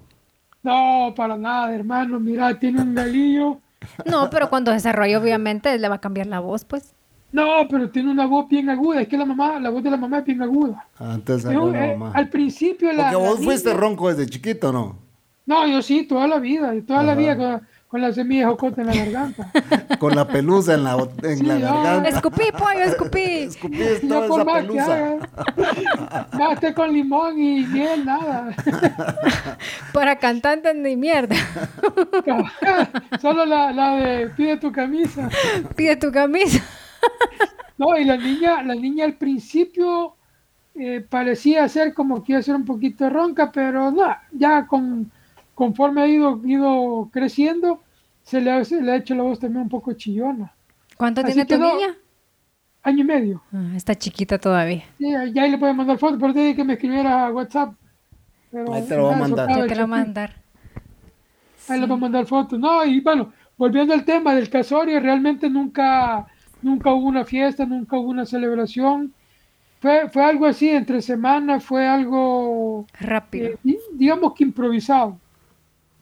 C: No, para nada, hermano. Mira, tiene un galillo.
B: No, pero cuando desarrolle, obviamente, le va a cambiar la voz, pues.
C: No, pero tiene una voz bien aguda. Es que la mamá, la voz de la mamá es bien aguda.
A: Antes
C: Yo,
A: salió una
C: eh,
A: mamá.
C: al principio la.
A: Porque
C: la
A: vos
C: niña-
A: fuiste ronco desde chiquito, ¿no?
C: No, yo sí, toda la vida, y toda la vida con, con la semilla de jocote en la garganta.
A: Con la pelusa en la, bot- en
C: Sí,
A: la
C: ah.
A: garganta.
B: Escupí, pollo, escupí.
A: Escupiste
C: Yo
A: toda
C: por
A: esa
C: más que
A: pelusa.
C: haga, basta con limón y miel, nada.
B: Para cantantes ni mierda.
C: Solo la, la de pide tu camisa.
B: Pide tu camisa.
C: No, y la niña, la niña al principio eh, parecía ser como que iba a ser un poquito ronca, pero no, ya con, conforme ha ido, ido creciendo, se le, ha- se le ha hecho la voz también un poco chillona.
B: ¿Cuánto
C: Así
B: tiene tu
C: que no.
B: niña?
C: Año y medio.
B: Ah, está chiquita todavía.
C: Sí, ya ahí le pueden mandar fotos, pero te dije que me escribiera a WhatsApp. Pero
A: Ahí te lo voy a
C: nada,
A: mandar.
C: socava
B: Yo
C: el
B: te lo
C: chiquito.
B: mandar.
C: Ahí le voy a mandar fotos. No, y bueno, volviendo al tema del casorio, realmente nunca, nunca hubo una fiesta, nunca hubo una celebración. Fue, fue algo así, entre semana, fue algo
B: Rápido.
C: eh, di- digamos que improvisado.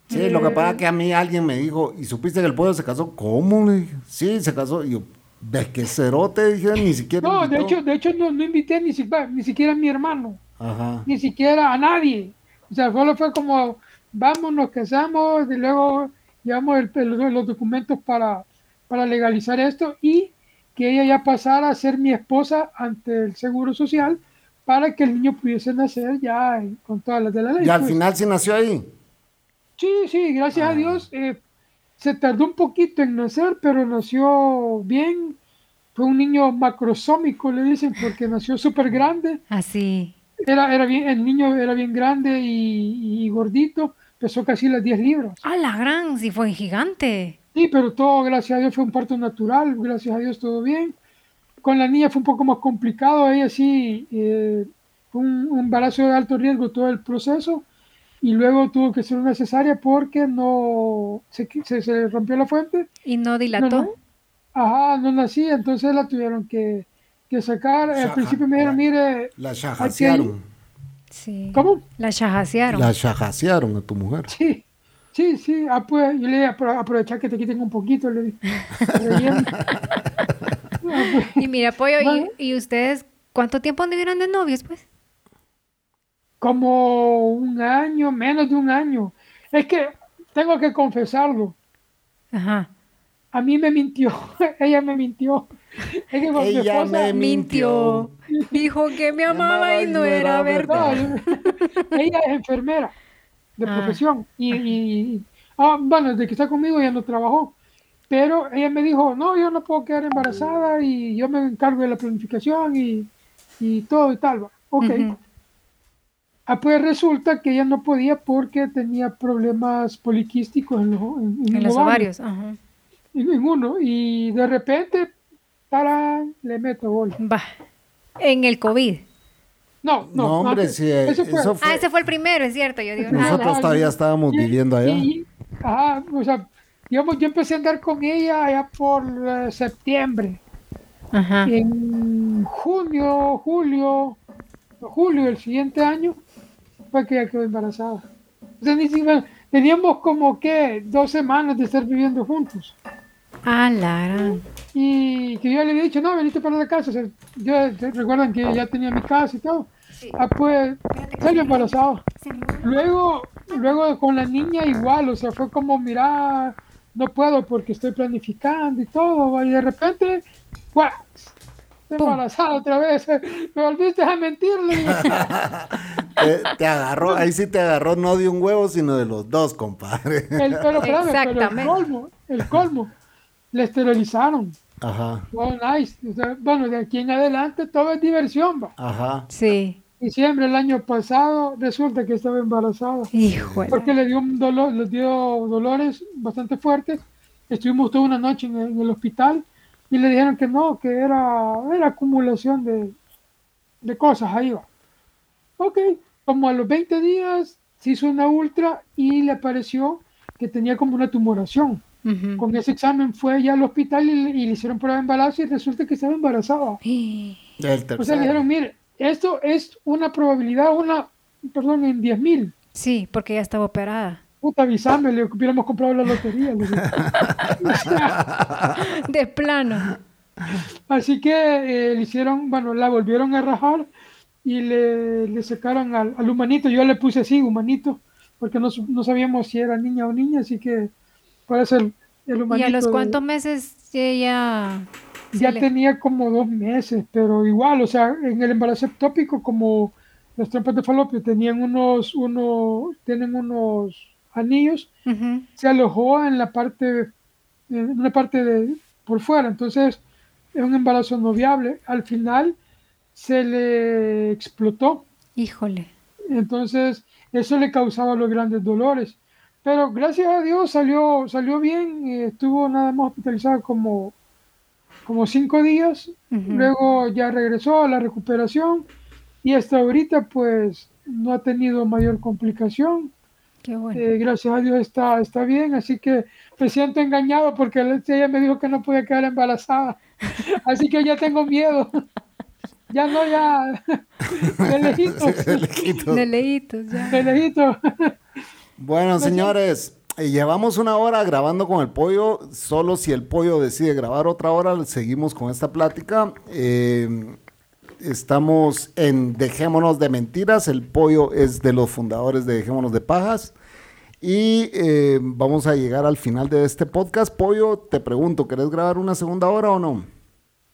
A: Sí, lo que pasa es que a mí alguien me dijo, ¿y supiste que el pollo se casó? ¿Cómo? Le dije, sí, se casó. Y yo, ¿ves que cerote? Dije, ni siquiera.
C: No, de
A: invitó".
C: hecho, de hecho no, no invité ni, si- ni siquiera a mi hermano,
A: Ajá.
C: ni siquiera a nadie. O sea, solo fue como, vamos, nos casamos, y luego llevamos el- el- los documentos para, para legalizar esto y que ella ya pasara a ser mi esposa ante el Seguro Social para que el niño pudiese nacer ya en- con todas las de la ley.
A: Y al Ah.
C: pues.
A: final sí nació ahí.
C: Sí, sí, gracias a Dios. eh, se tardó un poquito en nacer, pero nació bien. Fue un niño macrosómico, le dicen, porque nació súper grande.
B: Así.
C: Era, era bien, el niño era bien grande y, y gordito. Pesó casi las 10 libras.
B: ¡Ah, la gran! Si fue gigante.
C: Sí, pero todo, gracias a Dios, fue un parto natural. Gracias a Dios, todo bien. Con la niña fue un poco más complicado. Ella sí, eh, fue un, un embarazo de alto riesgo todo el proceso. Y luego tuvo que ser una cesárea porque no se, se- se rompió la fuente.
B: Y no dilató.
C: No, no. Ajá, no nacía, entonces la tuvieron que, que sacar.
A: Shaha-
C: Al principio me dijeron, mire,
A: La shajasearon.
B: Sí.
C: ¿cómo?
B: La chajasearon.
A: La shajasearon a tu mujer.
C: Sí, sí, sí. Ah, pues, yo le dije, "Apro- aprovecha que te quiten un poquito, le dije. Pero bien. Ah, pues,
B: Y mira, pollo,
C: Bueno.
B: y, y ustedes cuánto tiempo anduvieron de novios, pues?
C: como un año, menos de un año. Es que tengo que confesarlo.
B: Ajá.
C: A mí me mintió, ella me mintió. Es que con mi
A: Ella
C: esposa-
A: me mintió.
B: Dijo que me amaba y no era verdad.
C: No, yo- ella es enfermera de
B: Ah.
C: profesión y, y- ah, bueno, desde que está conmigo ya no trabajó, pero ella me dijo, no, yo no puedo quedar embarazada y yo me encargo de la planificación y, y todo y tal. va. Ok.
B: Ujú.
C: Ah, pues resulta que ella no podía porque tenía problemas poliquísticos en, los- en- en
B: En los
C: ovario,
B: ovarios. Ajá.
C: En, en uno. Y de repente, tarán, le meto bola.
B: Va. En el COVID.
C: No, no.
A: No, hombre,
C: antes.
A: sí, eh, eso fue-
B: Ah, ese fue el primero, es cierto. Yo digo, ah,
A: Nosotros
C: Ajá,
A: todavía
C: y-
A: estábamos
C: y-
A: viviendo allá.
C: y- ajá, Ah, o sea, digamos, yo empecé a andar con ella allá por eh, septiembre.
A: Ah.
B: la- Ajá.
C: En junio, julio, julio del siguiente año, fue que ya quedó embarazada. O sea, ni siquiera- teníamos como que dos semanas de estar viviendo juntos.
B: Ah, la gran.
C: Y que yo le había dicho, no, veniste para la casa. o sea, yo, ¿se recuerdan que ya tenía mi casa y todo. Ah, pues, salió embarazada. Luego, luego con la niña igual, o sea, fue como, mira, no puedo porque estoy planificando y todo, y de repente, ¡guau! Estoy
B: Pum.
C: embarazada otra vez, me volviste a mentir, le digo.
A: Te, te agarró, ahí sí te agarró no de un huevo, sino de los dos, compadre.
C: El- pero, espérame, pero
B: Exactamente.
C: el colmo, el colmo, le esterilizaron,
A: Ajá,
C: wow, nice, o sea, bueno, de aquí en adelante todo es diversión, va.
A: ajá.
B: Sí.
C: Diciembre el año pasado resulta que estaba embarazada.
B: Híjole.
C: porque le dio un dolor, le dio dolores bastante fuertes. Estuvimos toda una noche en el, en el hospital y le dijeron que no, que era, era acumulación de, de cosas ahí va. Ok, como a los 20 días se hizo una ultra y le pareció que tenía como una tumoración.
B: Ujú.
C: Con ese examen fue ya al hospital y, le- y le hicieron prueba de embarazo y resulta que estaba embarazada.
A: El
C: O sea, le
A: tercero.
C: dijeron, mire, esto es una probabilidad, una, perdón, en 10.000. mil.
B: Sí, porque ya estaba operada.
C: Puta, avisame, le hubiéramos comprado la lotería. le dije. O sea,
B: De plano.
C: así que eh, le hicieron, bueno, la volvieron a rajar y le, le sacaron al, al humanito. Yo le puse así, humanito, porque no, su- no sabíamos si era niña o niña, así que puede ser el
B: ¿Y
C: humanito.
B: a los
C: de-
B: cuántos meses ella
C: Ya
B: se le-
C: tenía como dos meses, pero igual, o sea, en el embarazo ectópico, como las trampas de falopio tenían unos, uno, tienen unos anillos,
B: Ujú.
C: se alojó en la parte, en una parte de por fuera, entonces es un embarazo no viable. Al final se le explotó,
B: Híjole.
C: entonces eso le causaba los grandes dolores. Pero gracias a Dios salió, salió bien, eh, estuvo nada más hospitalizada como, como cinco días,
B: Ujú.
C: luego ya regresó a la recuperación y hasta ahorita pues no ha tenido mayor complicación.
B: Qué bueno.
C: Eh, gracias a Dios está, está bien, así que me siento engañado porque el- ella me dijo que no podía quedar embarazada. Así que ya tengo miedo. Ya no, ya. De
A: De
C: lejitos.
A: lejitos.
B: De leítos, ya.
C: De lejitos.
A: Bueno, señores, eh, llevamos una hora grabando con el pollo. Solo si el pollo decide grabar otra hora, seguimos con esta plática. Eh, estamos en Dejémonos de Mentiras. El pollo es de los fundadores de Dejémonos de Pajas. Y eh, vamos a llegar al final de este podcast. Pollo, te pregunto, ¿querés grabar una segunda hora o no?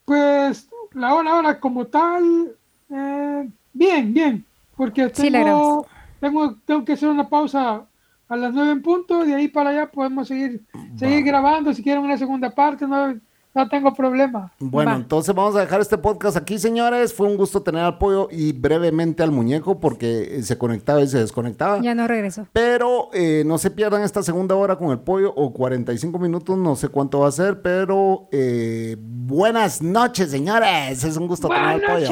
C: Pues la hora ahora como tal, eh, bien, bien, porque
B: Sí, la
C: tengo, tengo, tengo que hacer una pausa a las nueve en punto, de ahí para allá podemos seguir, seguir grabando, si quieren una segunda parte, no, no tengo problema.
A: Bueno,
B: Va.
A: entonces vamos a dejar este podcast aquí, señores. Fue un gusto tener al pollo y brevemente al muñeco porque eh, se conectaba y se desconectaba.
B: Ya no regresó.
A: Pero eh, no se pierdan esta segunda hora con el pollo o 45 minutos, no sé cuánto va a ser, pero eh, buenas noches, señores. Es un gusto tener al pollo.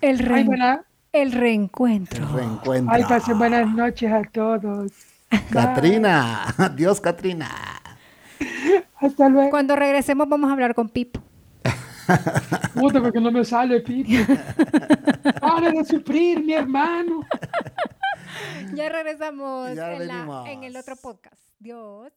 B: El,
C: Ay,
B: reen-
C: buena-
B: el reencuentro.
A: Reencuentro.
C: ay, pasen buenas noches a todos.
A: Catrina. Adiós, Catrina.
C: Hasta luego.
B: Cuando regresemos vamos a hablar con Pipo.
C: Puta, porque no me sale, Pipo. Para de sufrir, mi hermano.
B: Ya regresamos
A: Ya
B: en, la-
A: venimos.
B: en el otro podcast. Dios.